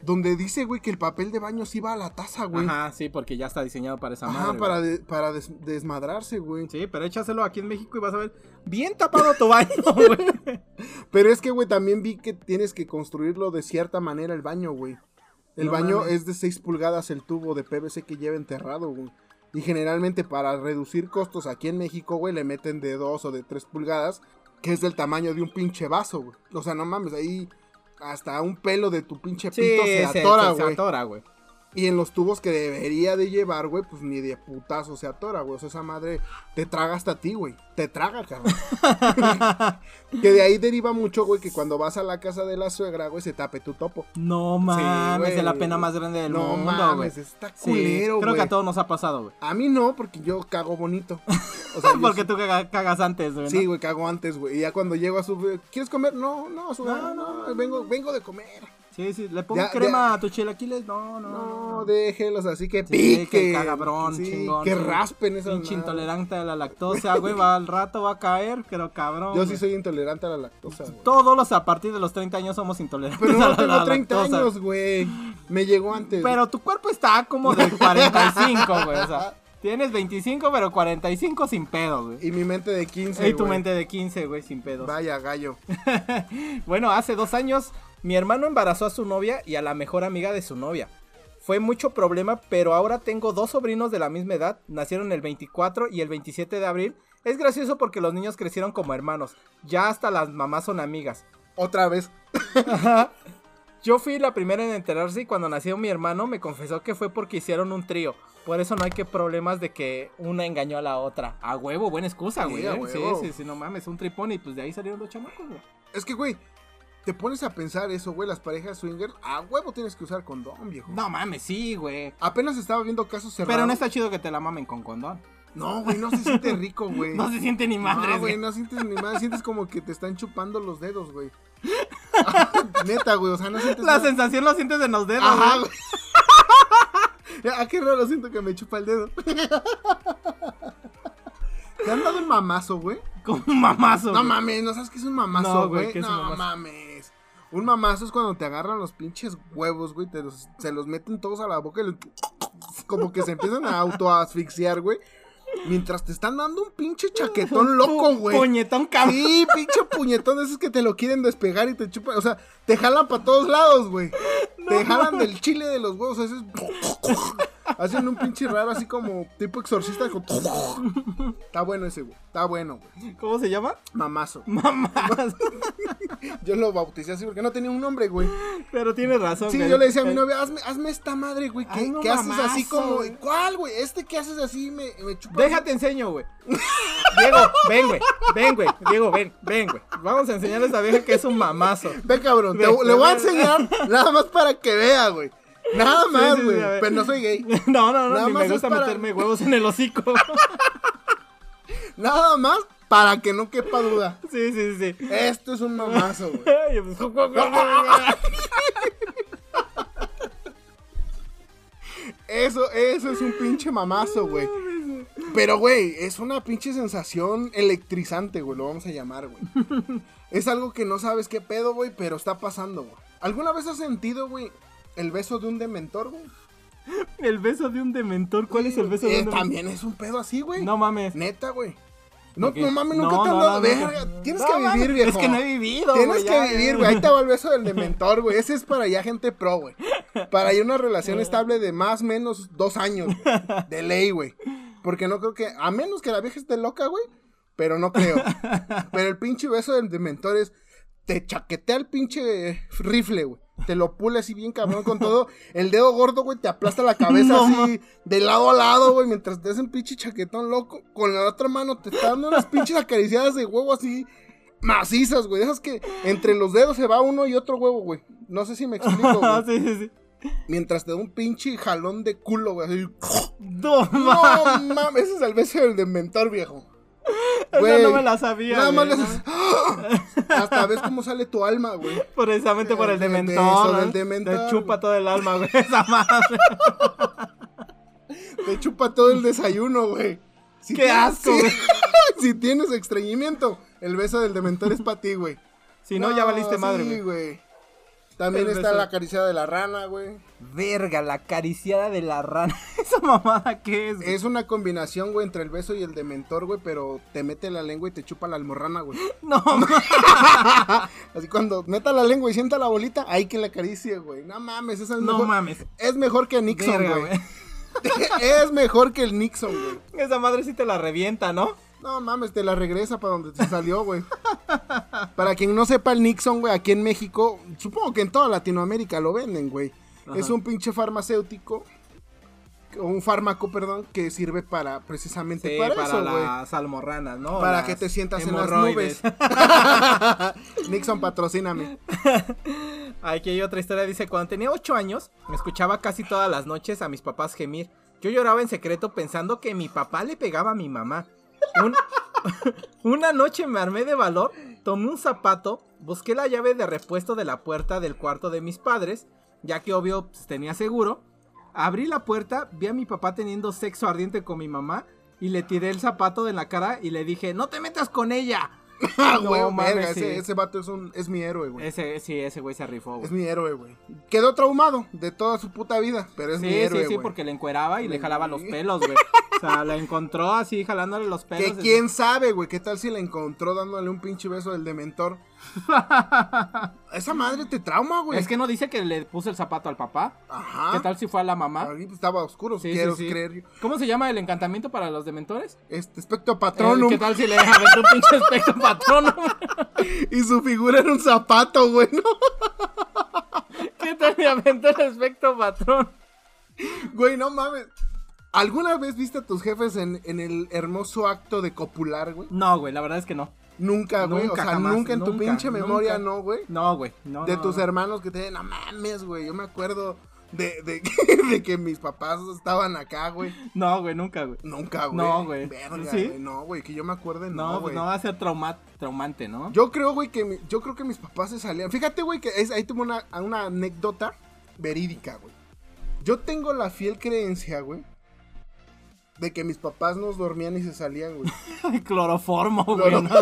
Speaker 2: donde dice, güey, que el papel de baño sí va a la taza, güey. Ajá,
Speaker 1: Ajá, sí, porque ya está diseñado para esa madre.
Speaker 2: para,
Speaker 1: güey.
Speaker 2: de- para des- desmadrarse, güey.
Speaker 1: Sí, pero échaselo aquí en México y vas a ver bien tapado tu baño, güey.
Speaker 2: Pero es que, güey, también vi que tienes que construirlo de cierta manera el baño, güey. El
Speaker 1: No
Speaker 2: baño
Speaker 1: mames.
Speaker 2: es de 6 pulgadas el tubo de PVC que lleva enterrado, güey. Y generalmente para reducir costos aquí en México, güey, le meten de 2 o de 3 pulgadas, que es del tamaño de un pinche vaso, güey. O sea, no mames, ahí hasta un pelo de tu pinche
Speaker 1: Sí,
Speaker 2: pito se atora,
Speaker 1: se
Speaker 2: güey.
Speaker 1: atora, güey.
Speaker 2: Y en los tubos que debería de llevar, güey, pues ni de putazo se atora, güey. O sea, esa madre te traga hasta a ti, güey. Te traga, cabrón. que de ahí deriva mucho, güey, que cuando vas a la casa de la suegra, güey, se tape tu topo.
Speaker 1: No mames, es la pena más grande del
Speaker 2: no
Speaker 1: mundo, güey.
Speaker 2: mames, está
Speaker 1: Sí,
Speaker 2: culero, güey.
Speaker 1: creo que a todos nos ha pasado, güey.
Speaker 2: A mí no, porque yo cago bonito. O sea, yo
Speaker 1: Porque
Speaker 2: sí-
Speaker 1: tú caga- cagas antes, güey. ¿no?
Speaker 2: Sí, güey, cago antes, güey. Y ya cuando llego a su... ¿Quieres comer? No, no, su...
Speaker 1: No,
Speaker 2: No,
Speaker 1: no,
Speaker 2: no, vengo, vengo de comer.
Speaker 1: Sí, sí, le pongo
Speaker 2: Ya,
Speaker 1: crema a tus chilaquiles. No, no.
Speaker 2: No, déjelos así que
Speaker 1: Sí, que
Speaker 2: pique.
Speaker 1: cabrón, chingón.
Speaker 2: Que
Speaker 1: sí.
Speaker 2: raspen esas
Speaker 1: Pinche
Speaker 2: madres.
Speaker 1: intolerante a la lactosa, güey. Va al rato, va a caer, pero cabrón.
Speaker 2: Yo sí
Speaker 1: güey.
Speaker 2: soy intolerante a la lactosa, güey.
Speaker 1: Todos los a partir de los 30 años somos intolerantes
Speaker 2: Pero
Speaker 1: a
Speaker 2: no
Speaker 1: la,
Speaker 2: tengo
Speaker 1: la
Speaker 2: 30
Speaker 1: lactosa.
Speaker 2: años, güey. Me llegó antes.
Speaker 1: Pero tu cuerpo está como de 45, güey. O sea, tienes 25, pero 45 sin pedo, güey.
Speaker 2: Y mi mente de 15,
Speaker 1: Y tu
Speaker 2: güey.
Speaker 1: mente de 15, güey, sin pedo.
Speaker 2: Vaya gallo.
Speaker 1: Bueno, hace dos años mi hermano embarazó a su novia y a la mejor amiga de su novia. Fue mucho problema, pero ahora tengo dos sobrinos de la misma edad, nacieron el 24 y el 27 de abril. Es gracioso porque los niños crecieron como hermanos, ya hasta las mamás son amigas.
Speaker 2: Otra vez.
Speaker 1: Yo fui la primera en enterarse y cuando nació mi hermano me confesó que fue porque hicieron un trío. Por eso no hay que problemas de que una engañó a la otra. A huevo, buena excusa,
Speaker 2: Sí,
Speaker 1: güey.
Speaker 2: a
Speaker 1: ¿eh? Sí,
Speaker 2: huevo.
Speaker 1: sí, sí, no mames, un tripón y pues de ahí salieron los chamacos, güey.
Speaker 2: Es que, güey, te pones a pensar eso, güey. Las parejas swinger, a huevo tienes que usar condón, viejo.
Speaker 1: No mames, sí, güey.
Speaker 2: Apenas estaba viendo casos cerrados.
Speaker 1: Pero no está chido que te la mamen con condón.
Speaker 2: No, güey, no se siente rico, güey.
Speaker 1: No se siente ni madre,
Speaker 2: No, güey,
Speaker 1: güey.
Speaker 2: no sientes ni madre. Sientes como que te están chupando los dedos, güey. Neta, güey, o sea, no sientes
Speaker 1: La
Speaker 2: nada.
Speaker 1: sensación la sientes en los dedos,
Speaker 2: Ajá,
Speaker 1: güey.
Speaker 2: güey. Ah, qué raro siento que me chupa el dedo. ¿Te han dado un mamazo, güey?
Speaker 1: Como un mamazo.
Speaker 2: No
Speaker 1: güey.
Speaker 2: mames, ¿no sabes qué es un mamazo,
Speaker 1: No, güey,
Speaker 2: güey?
Speaker 1: ¿qué es un
Speaker 2: no
Speaker 1: mamazo?
Speaker 2: mames. Un mamazo es cuando te agarran los pinches huevos, güey, te los, se los meten todos a la boca y lo- como que se empiezan a autoasfixiar, güey. Mientras te están dando un pinche chaquetón loco,
Speaker 1: Pu-
Speaker 2: güey.
Speaker 1: Puñetón cabrón.
Speaker 2: Sí, pinche puñetón, de esos que te lo quieren despegar y te chupan, o sea, te jalan para todos lados, güey.
Speaker 1: no,
Speaker 2: Te jalan del chile de los huevos, haces. Hacen un pinche raro así como tipo exorcista. con- Está bueno ese, güey. Está bueno, güey.
Speaker 1: ¿Cómo se llama?
Speaker 2: Mamazo.
Speaker 1: Mamás.
Speaker 2: Yo lo bauticé así porque no tenía un nombre, güey.
Speaker 1: Pero tienes razón,
Speaker 2: Sí,
Speaker 1: güey.
Speaker 2: yo le decía a mi
Speaker 1: El-
Speaker 2: novia, hazme, hazme esta madre, güey. ¿Qué,
Speaker 1: Ay, no,
Speaker 2: qué haces así
Speaker 1: mamazo,
Speaker 2: como?
Speaker 1: güey.
Speaker 2: ¿Cuál, güey? Este que haces así me, me chupa.
Speaker 1: Déjate enseño, güey. Diego, ven, güey. Ven, güey. Diego, ven, ven, güey. Vamos a enseñarle a esta vieja que es un mamazo.
Speaker 2: Ve, cabrón, te-
Speaker 1: Ve,
Speaker 2: le voy a
Speaker 1: ve, ve.
Speaker 2: enseñar nada más para que vea, güey. Nada
Speaker 1: Sí,
Speaker 2: más,
Speaker 1: sí, sí,
Speaker 2: güey.
Speaker 1: a ver.
Speaker 2: Pero no soy gay.
Speaker 1: No, no, no.
Speaker 2: Nada
Speaker 1: ni
Speaker 2: más
Speaker 1: me
Speaker 2: es
Speaker 1: gusta
Speaker 2: para-
Speaker 1: meterme huevos en el hocico.
Speaker 2: Nada más para que no quepa duda.
Speaker 1: Sí, sí, sí.
Speaker 2: Esto es un mamazo, güey.
Speaker 1: Ay, pues,
Speaker 2: Eso, eso es un pinche mamazo, güey. Pero, güey, es una pinche sensación electrizante, güey. Lo vamos a llamar, güey. Es algo que no sabes qué pedo, güey, pero está pasando, güey. ¿Alguna vez has sentido, güey, el beso de un dementor, güey?
Speaker 1: El beso de un dementor. ¿Cuál es el beso de
Speaker 2: Eh,
Speaker 1: un dementor?
Speaker 2: También es un pedo así, güey.
Speaker 1: No mames.
Speaker 2: Neta, güey. No,
Speaker 1: Ok.
Speaker 2: no mames, nunca
Speaker 1: No,
Speaker 2: te han
Speaker 1: no,
Speaker 2: dado.
Speaker 1: no,
Speaker 2: verga.
Speaker 1: no.
Speaker 2: Tienes
Speaker 1: No
Speaker 2: que
Speaker 1: mames,
Speaker 2: vivir, viejo.
Speaker 1: Es que no he vivido,
Speaker 2: Tienes
Speaker 1: güey,
Speaker 2: que
Speaker 1: ya,
Speaker 2: vivir,
Speaker 1: ya.
Speaker 2: güey. Ahí te va el beso del dementor, güey. Ese es para ya gente pro, güey. Para ya una relación estable de más menos dos años, güey. De ley, güey. Porque no creo que. A menos que la vieja esté loca, güey. Pero no creo. Pero el pinche beso del dementor es. Te chaquetea el pinche rifle, güey. Te lo pule así bien cabrón con todo. El dedo gordo, güey, te aplasta la cabeza
Speaker 1: No,
Speaker 2: así de lado a lado, güey, mientras te hacen pinche chaquetón loco. Con la otra mano te está dando unas pinches acariciadas de huevo así macizas, güey. Esas que entre los dedos se va uno y otro huevo, güey. No sé si me explico, güey.
Speaker 1: sí, sí, sí.
Speaker 2: Mientras te da un pinche jalón de culo, güey. así.
Speaker 1: No mames.
Speaker 2: No mames, ese es el beso del dementor, viejo.
Speaker 1: Esa
Speaker 2: Güey,
Speaker 1: no me la sabía.
Speaker 2: Nada más
Speaker 1: güey,
Speaker 2: le
Speaker 1: ¿no?
Speaker 2: haces- Hasta ves cómo sale tu alma, güey.
Speaker 1: Precisamente por
Speaker 2: El
Speaker 1: el
Speaker 2: de- de
Speaker 1: dementor.
Speaker 2: eso, del
Speaker 1: ¿no?
Speaker 2: dementor,
Speaker 1: Te
Speaker 2: güey.
Speaker 1: chupa todo el alma, güey. Esa madre.
Speaker 2: Te chupa todo el desayuno, güey. Si
Speaker 1: ¡Qué asco,
Speaker 2: si-
Speaker 1: güey!
Speaker 2: si tienes estreñimiento, el beso del dementor es para ti, güey.
Speaker 1: Si no, ya valiste madre,
Speaker 2: sí,
Speaker 1: güey.
Speaker 2: güey. También
Speaker 1: El
Speaker 2: está
Speaker 1: beso.
Speaker 2: la acariciada de la rana, güey.
Speaker 1: Verga, la acariciada de la rana. Esa mamada que es, güey?
Speaker 2: Es una combinación, güey, entre el beso y el dementor, güey, pero te mete la lengua y te chupa la almorrana, güey.
Speaker 1: No mames.
Speaker 2: Así cuando meta la lengua y sienta la bolita, hay que la acaricie, güey. No mames, esa es
Speaker 1: No
Speaker 2: mejor.
Speaker 1: mames.
Speaker 2: Es mejor que Nixon,
Speaker 1: Verga,
Speaker 2: güey. es mejor que el Nixon, güey.
Speaker 1: güey. Esa madre sí te la revienta, ¿no?
Speaker 2: No mames, te la regresa para donde te salió, güey. para quien no sepa el Nixon, güey, aquí en México, supongo que en toda Latinoamérica lo venden, güey.
Speaker 1: Ajá.
Speaker 2: Es un pinche farmacéutico, o un fármaco, perdón, que sirve para precisamente
Speaker 1: Sí,
Speaker 2: para,
Speaker 1: para,
Speaker 2: eso, güey.
Speaker 1: las almorranas, ¿no?
Speaker 2: Para
Speaker 1: Las
Speaker 2: que te sientas en las
Speaker 1: hemorroides.
Speaker 2: nubes. Nixon, patrocíname.
Speaker 1: Aquí hay otra historia, dice, cuando tenía 8 años, me escuchaba casi todas las noches a mis papás gemir. Yo lloraba en secreto pensando que mi papá le pegaba a mi mamá. Un- una noche me armé de valor, tomé un zapato, busqué la llave de repuesto de la puerta del cuarto de mis padres, ya que obvio pues, tenía seguro. Abrí la puerta, vi a mi papá teniendo sexo ardiente con mi mamá y le tiré el zapato en la cara y le dije, no te metas con ella.
Speaker 2: Ah,
Speaker 1: No
Speaker 2: güey,
Speaker 1: mames,
Speaker 2: verga,
Speaker 1: sí.
Speaker 2: ese, ese vato es, un, es mi héroe, güey. Es,
Speaker 1: Ese, sí, ese güey se rifó, güey.
Speaker 2: mi héroe, güey. Quedó traumado de toda su puta vida, pero es
Speaker 1: Sí,
Speaker 2: mi héroe,
Speaker 1: sí, sí,
Speaker 2: güey.
Speaker 1: porque le encueraba y le
Speaker 2: Sí.
Speaker 1: jalaba los pelos, güey. O sea, la encontró así jalándole los pelos. Este,
Speaker 2: Que quién sabe, güey, qué tal si la encontró dándole un pinche beso del dementor. Esa madre te trauma, güey.
Speaker 1: Es que no dice que le puso el zapato al papá.
Speaker 2: Ajá.
Speaker 1: ¿Qué tal si fue a la mamá?
Speaker 2: Ahí estaba oscuro,
Speaker 1: Sí, sí,
Speaker 2: quiero
Speaker 1: sí.
Speaker 2: creer. yo.
Speaker 1: ¿Cómo se llama el encantamiento para los dementores?
Speaker 2: Este espectro
Speaker 1: Eh,
Speaker 2: patronum
Speaker 1: ¿Qué tal si le aventó un pinche espectro patrono?
Speaker 2: y su figura era un zapato, güey. ¿no?
Speaker 1: ¿Qué tal le aventó el espectro patrón?
Speaker 2: Güey, no mames. ¿Alguna vez viste a tus jefes en, en el hermoso acto de copular, güey?
Speaker 1: No, güey, la verdad es que no.
Speaker 2: Nunca, güey.
Speaker 1: Nunca,
Speaker 2: o sea,
Speaker 1: jamás,
Speaker 2: nunca en tu
Speaker 1: nunca,
Speaker 2: pinche memoria,
Speaker 1: nunca.
Speaker 2: no, güey.
Speaker 1: No, güey. No,
Speaker 2: de
Speaker 1: no,
Speaker 2: tus
Speaker 1: no.
Speaker 2: hermanos que te dicen, no mames, güey. Yo me acuerdo de, de, de que mis papás estaban acá, güey.
Speaker 1: No, güey, nunca, güey.
Speaker 2: Nunca, güey.
Speaker 1: No, güey.
Speaker 2: Verga,
Speaker 1: ¿Sí?
Speaker 2: güey. No, güey. Que yo me acuerde, no,
Speaker 1: No, pues
Speaker 2: güey.
Speaker 1: no va a ser trauma- traumante, ¿no?
Speaker 2: Yo creo, güey, que mi- yo creo que mis papás se salían. Fíjate, güey, que es- ahí tuve una, una anécdota verídica, güey. Yo tengo la fiel creencia, güey, de que mis papás nos dormían y se salían, güey.
Speaker 1: Cloroformo, güey.
Speaker 2: Cloro-
Speaker 1: ¿no?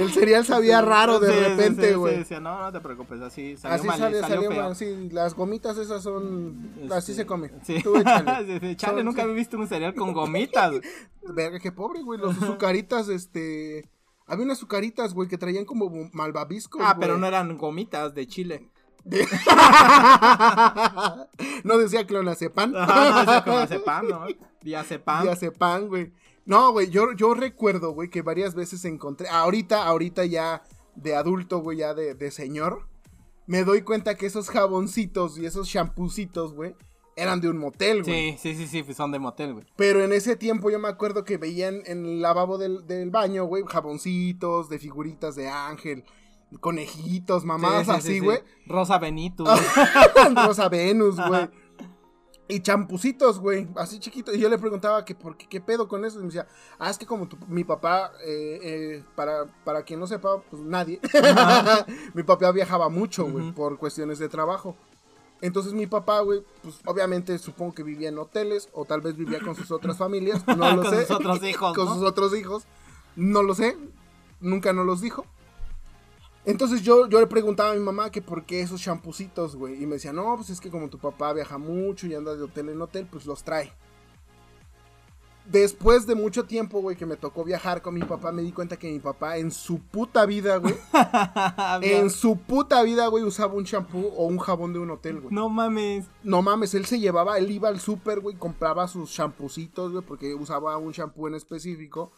Speaker 2: El cereal sabía raro de
Speaker 1: Sí, sí, sí, sí,
Speaker 2: repente, güey.
Speaker 1: sí, sí, no, no te preocupes, así salió
Speaker 2: Así
Speaker 1: mal,
Speaker 2: sale,
Speaker 1: salió
Speaker 2: salió
Speaker 1: feo.
Speaker 2: mal, sí, las gomitas esas son,
Speaker 1: Este,
Speaker 2: así se come.
Speaker 1: Sí.
Speaker 2: Tú échale.
Speaker 1: Sí, sí, chale,
Speaker 2: Son-
Speaker 1: nunca
Speaker 2: sí.
Speaker 1: había visto un cereal con gomitas.
Speaker 2: Verga, qué pobre, güey, los azucaritas, este, había unas azucaritas, güey, que traían como malvaviscos,
Speaker 1: ah, pero
Speaker 2: güey.
Speaker 1: no eran gomitas de chile.
Speaker 2: De- no decía clonazepam.
Speaker 1: Ah, no, es como Cepam, ¿no? Diazepam.
Speaker 2: Diazepam, güey. No, güey, yo, yo recuerdo, güey, que varias veces encontré. Ahorita, ahorita ya de adulto, güey, ya de, de señor. Me doy cuenta que esos jaboncitos y esos champucitos, güey, eran de un motel, güey.
Speaker 1: Sí, sí, sí, sí, pues son de motel, güey.
Speaker 2: Pero en ese tiempo yo me acuerdo que veían en el lavabo del, del baño, güey, jaboncitos de figuritas de ángel, conejitos, mamadas
Speaker 1: Sí, sí, sí,
Speaker 2: así,
Speaker 1: sí.
Speaker 2: güey. Ah,
Speaker 1: Rosa Benito.
Speaker 2: Rosa Venus, güey.
Speaker 1: Ajá.
Speaker 2: Y champucitos, güey, así chiquitos. Y yo le preguntaba que por qué, qué pedo con eso. Y me decía, ah, es que como tu- mi papá, eh, eh, para, para quien no sepa, pues nadie. mi papá viajaba mucho, güey,
Speaker 1: Ujú.
Speaker 2: por cuestiones de trabajo. Entonces mi papá, güey, pues obviamente supongo que vivía en hoteles o tal vez vivía con sus otras familias, no lo
Speaker 1: Con
Speaker 2: sé.
Speaker 1: sus otros hijos,
Speaker 2: con
Speaker 1: ¿no?
Speaker 2: sus otros hijos, no lo sé, nunca nos los dijo. Entonces yo, yo le preguntaba a mi mamá que por qué esos champucitos, güey. Y me decía, no, pues es que como tu papá viaja mucho y anda de hotel en hotel, pues los trae. Después de mucho tiempo, güey, que me tocó viajar con mi papá, me di cuenta que mi papá en su puta vida, güey,
Speaker 1: Había-
Speaker 2: en su puta vida, güey, usaba un champú o un jabón de un hotel, güey. No.
Speaker 1: No mames.
Speaker 2: mames, él se llevaba, él iba al súper, güey, compraba sus champucitos, güey, porque usaba un champú en específico.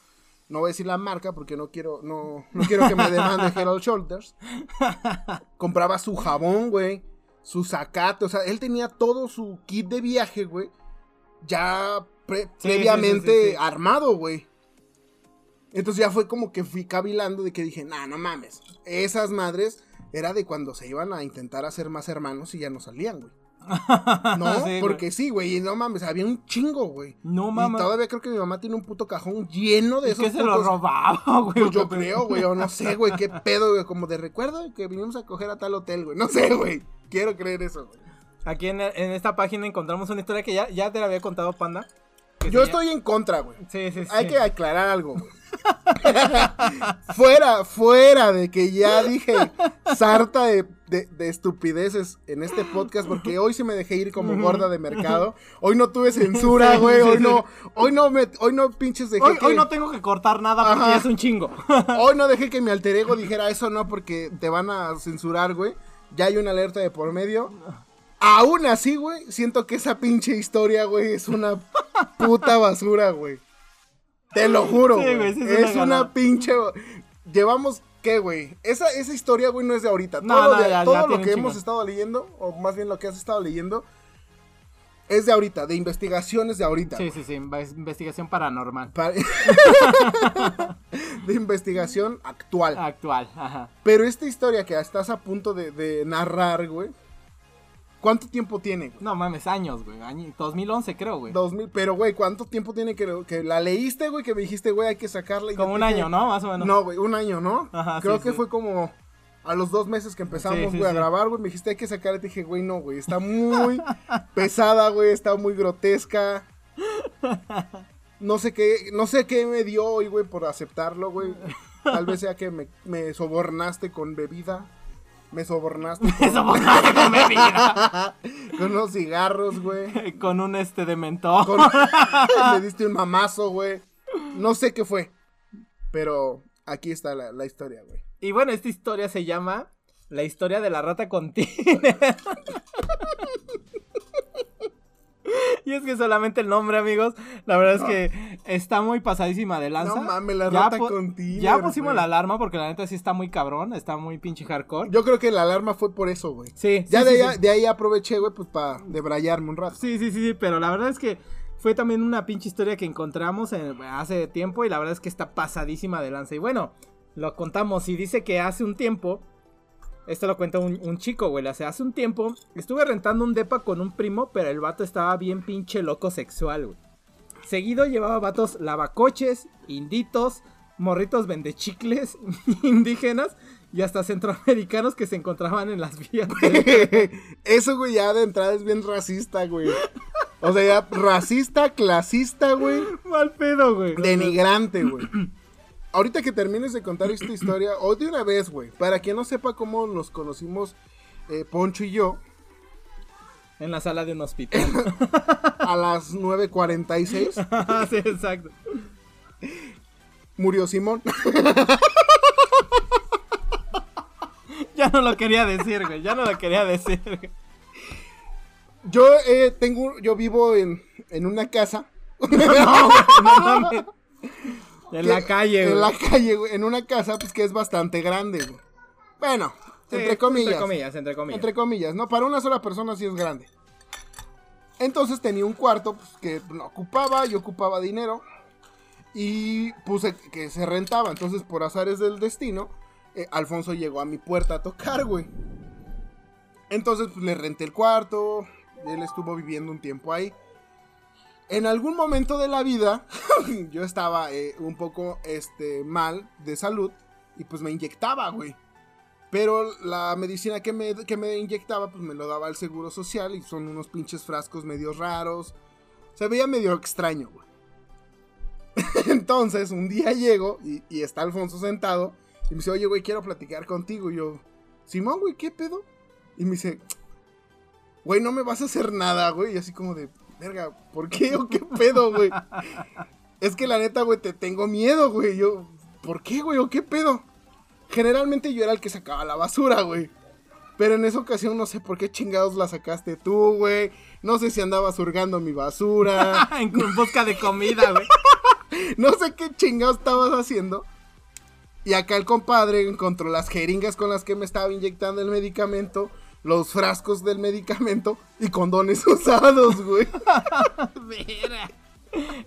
Speaker 2: No voy a decir la marca porque no quiero, no, no quiero que me demande Herald Shoulders. Compraba su jabón, güey, su zacate, o sea, él tenía todo su kit de viaje, güey, ya pre-
Speaker 1: sí,
Speaker 2: previamente
Speaker 1: sí, sí, sí.
Speaker 2: armado, güey. Entonces ya fue como que fui cavilando de que dije, nah, no mames. Esas madres era de cuando se iban a intentar hacer más hermanos y ya no salían, güey. No,
Speaker 1: Sí, güey.
Speaker 2: porque sí, güey. Y no mames, había un chingo, güey.
Speaker 1: No
Speaker 2: Y
Speaker 1: mames.
Speaker 2: todavía creo que mi mamá tiene un puto cajón lleno de
Speaker 1: Es
Speaker 2: esos
Speaker 1: que se lo
Speaker 2: putos-
Speaker 1: robaba, güey.
Speaker 2: Pues yo creo, güey, o no sé, güey, qué pedo, güey, como de recuerdo que vinimos a coger a tal hotel, güey. No sé, güey. Quiero creer eso, güey.
Speaker 1: Aquí en, en esta página encontramos una historia que ya, ya te la había contado, Panda. que
Speaker 2: Yo
Speaker 1: se-
Speaker 2: estoy en contra, güey.
Speaker 1: Sí, sí, sí.
Speaker 2: Hay que aclarar algo. güey. fuera, fuera de que ya dije sarta de, de- de estupideces en este podcast, porque hoy sí me dejé ir como gorda de mercado. Hoy no tuve censura,
Speaker 1: Sí,
Speaker 2: güey.
Speaker 1: sí,
Speaker 2: Hoy
Speaker 1: sí.
Speaker 2: no, hoy no me, hoy no pinches dejé.
Speaker 1: Hoy,
Speaker 2: que,
Speaker 1: hoy no tengo que cortar nada porque
Speaker 2: Ajá.
Speaker 1: ya es un chingo.
Speaker 2: hoy no dejé que mi alter ego dijera eso, no, porque te van a censurar, güey. Ya hay una alerta de por medio. Aún así, güey, siento que esa pinche historia, güey, es una puta basura, güey. Te lo juro,
Speaker 1: Sí,
Speaker 2: güey.
Speaker 1: güey, sí es una
Speaker 2: es una,
Speaker 1: ganada.
Speaker 2: pinche. Llevamos, ¿qué, güey? Esa, esa historia, güey, no es de ahorita.
Speaker 1: No,
Speaker 2: todo
Speaker 1: no,
Speaker 2: de-
Speaker 1: ya-
Speaker 2: todo
Speaker 1: ya
Speaker 2: lo
Speaker 1: tiene un
Speaker 2: que
Speaker 1: chingo.
Speaker 2: hemos estado leyendo, o más bien lo que has estado leyendo, es de ahorita, de investigaciones de ahorita.
Speaker 1: Sí, sí, sí. inves- Investigación paranormal.
Speaker 2: Pa- de investigación actual.
Speaker 1: Actual. Ajá.
Speaker 2: Pero esta historia que estás a punto de, de narrar, güey. ¿Cuánto tiempo tiene? güey?
Speaker 1: No mames, años, güey. Año- 2011 creo, güey.
Speaker 2: 2000, pero güey, ¿cuánto tiempo tiene que, que la leíste, güey? Que me dijiste, güey, hay que sacarla. y yo
Speaker 1: Como un
Speaker 2: te dije,
Speaker 1: año, Ah, ¿no? Más o menos.
Speaker 2: No, güey, un año, ¿no?
Speaker 1: Ajá,
Speaker 2: Creo
Speaker 1: sí,
Speaker 2: que
Speaker 1: sí.
Speaker 2: fue como a los dos meses que empezamos,
Speaker 1: Sí,
Speaker 2: güey,
Speaker 1: sí,
Speaker 2: a
Speaker 1: sí.
Speaker 2: grabar, güey. Me dijiste, hay que sacarla. Y te dije, güey, no, güey, está muy pesada, güey, está muy grotesca. No sé qué, no sé qué me dio hoy, güey, por aceptarlo, güey. Tal vez sea que me, me sobornaste con bebida. Me sobornaste
Speaker 1: Eso por nada que me diga.
Speaker 2: con unos cigarros, güey.
Speaker 1: Con un este de mentón.
Speaker 2: Con- Me diste un mamazo, güey. No sé qué fue. Pero aquí está la, la historia, güey.
Speaker 1: Y bueno, esta historia se llama La historia de la rata con Tinder. Y es que solamente el nombre, amigos, la verdad es que está muy pasadísima de lanza.
Speaker 2: No mames, la
Speaker 1: Ya
Speaker 2: rata
Speaker 1: pu-
Speaker 2: con Tinder,
Speaker 1: Ya pusimos
Speaker 2: güey.
Speaker 1: la alarma porque la neta sí está muy cabrón, está muy pinche hardcore.
Speaker 2: Yo creo que la alarma fue por eso, güey.
Speaker 1: Sí,
Speaker 2: Ya
Speaker 1: sí,
Speaker 2: de,
Speaker 1: sí,
Speaker 2: ahí,
Speaker 1: sí.
Speaker 2: de ahí aproveché, güey, pues para debrayarme un rato.
Speaker 1: Sí, sí, sí, sí, pero la verdad es que fue también una pinche historia que encontramos en- hace tiempo y la verdad es que está pasadísima de lanza. Y bueno, lo contamos y dice que hace un tiempo, esto lo cuenta un, un chico, güey, hace, hace un tiempo estuve rentando un depa con un primo, pero el vato estaba bien pinche loco sexual, güey. Seguido llevaba vatos lavacoches, inditos, morritos vendechicles, indígenas y hasta centroamericanos que se encontraban en las vías. del-
Speaker 2: Eso, güey, ya de entrada es bien racista, güey. O sea, ya racista, clasista, güey.
Speaker 1: Mal pedo, güey.
Speaker 2: Denigrante, güey. Ahorita que termines de contar esta historia, o de una vez, güey, para quien no sepa cómo nos conocimos eh, Poncho y yo,
Speaker 1: En la sala de un hospital.
Speaker 2: a las 9.46
Speaker 1: Ah, sí, exacto.
Speaker 2: murió Simón.
Speaker 1: ya no lo quería decir, güey. Ya no lo quería decir, güey.
Speaker 2: Yo eh, tengo, yo vivo en, en una casa.
Speaker 1: No, güey, no mames. En la
Speaker 2: que-
Speaker 1: calle, güey.
Speaker 2: En la calle, güey. En una casa, pues que es bastante grande, güey. Bueno,
Speaker 1: Sí,
Speaker 2: entre comillas.
Speaker 1: Entre comillas, entre comillas.
Speaker 2: Entre comillas, ¿no? Para una sola persona sí es grande. Entonces tenía un cuarto pues, que no ocupaba, yo ocupaba dinero. Y puse que se rentaba. Entonces, por azares del destino, eh, Alfonso llegó a mi puerta a tocar, güey. Entonces, pues le renté el cuarto. Él estuvo viviendo un tiempo ahí. En algún momento de la vida, yo estaba eh, un poco este, mal de salud. Y pues me inyectaba, güey. Pero la medicina que me, que me inyectaba, pues me lo daba el seguro social y son unos pinches frascos medio raros. Se veía medio extraño, güey. Entonces, un día llego y, y está Alfonso sentado y me dice, oye, güey, quiero platicar contigo. Y yo, Simón, güey, ¿qué pedo? Y me dice, güey, no me vas a hacer nada, güey. Y así como de, verga, ¿por qué o qué pedo, güey? es que la neta, güey, te tengo miedo, güey. Yo, ¿por qué, güey, o qué pedo? Generalmente yo era el que sacaba la basura, güey. Pero en esa ocasión no sé por qué chingados la sacaste tú, güey. No sé si andabas hurgando mi basura.
Speaker 1: en cu- en busca de comida, güey.
Speaker 2: No sé qué chingado estabas haciendo. Y acá el compadre encontró las jeringas con las que me estaba inyectando el medicamento, los frascos del medicamento y condones usados, güey.
Speaker 1: Mira.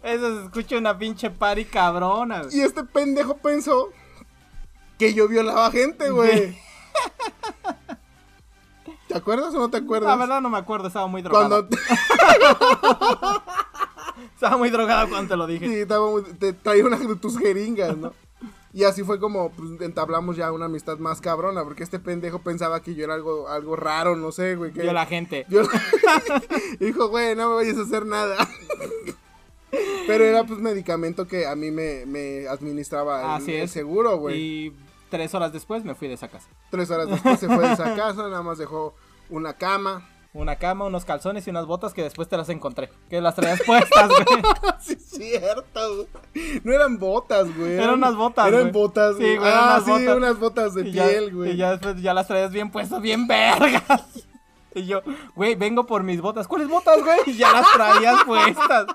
Speaker 1: Eso se escucha una pinche party cabrona, güey.
Speaker 2: Y este pendejo pensó que yo violaba gente, güey. ¿Te acuerdas o no te
Speaker 1: La
Speaker 2: acuerdas?
Speaker 1: verdad no me acuerdo, estaba muy drogado.
Speaker 2: Cuando
Speaker 1: Estaba muy drogado cuando te lo dije.
Speaker 2: Sí, estaba muy- te traía una de tus jeringas, ¿no? Y así fue como pues, entablamos ya una amistad más cabrona, porque este pendejo pensaba que yo era algo, algo raro, no sé, güey. Que
Speaker 1: Yo la gente.
Speaker 2: yo la- Dijo, güey, no me vayas a hacer nada. Pero era pues medicamento que a mí me, me administraba el,
Speaker 1: Así
Speaker 2: el
Speaker 1: es.
Speaker 2: seguro, güey.
Speaker 1: Y tres horas después me fui de esa casa.
Speaker 2: Tres horas después se fue de esa casa, nada más dejó una cama.
Speaker 1: Una cama, unos calzones y unas botas que después te las encontré. Que las traías puestas, güey.
Speaker 2: Sí, es cierto, güey. No eran botas, güey.
Speaker 1: Eran unas botas,
Speaker 2: Eran
Speaker 1: güey.
Speaker 2: botas,
Speaker 1: Sí, güey, eran
Speaker 2: ah,
Speaker 1: unas
Speaker 2: sí,
Speaker 1: botas.
Speaker 2: unas botas de
Speaker 1: Y ya-
Speaker 2: piel, güey.
Speaker 1: Y ya después ya las traías bien puestas, bien vergas. Y yo, güey, vengo por mis botas. ¿Cuáles botas, güey? Y ya las traías puestas.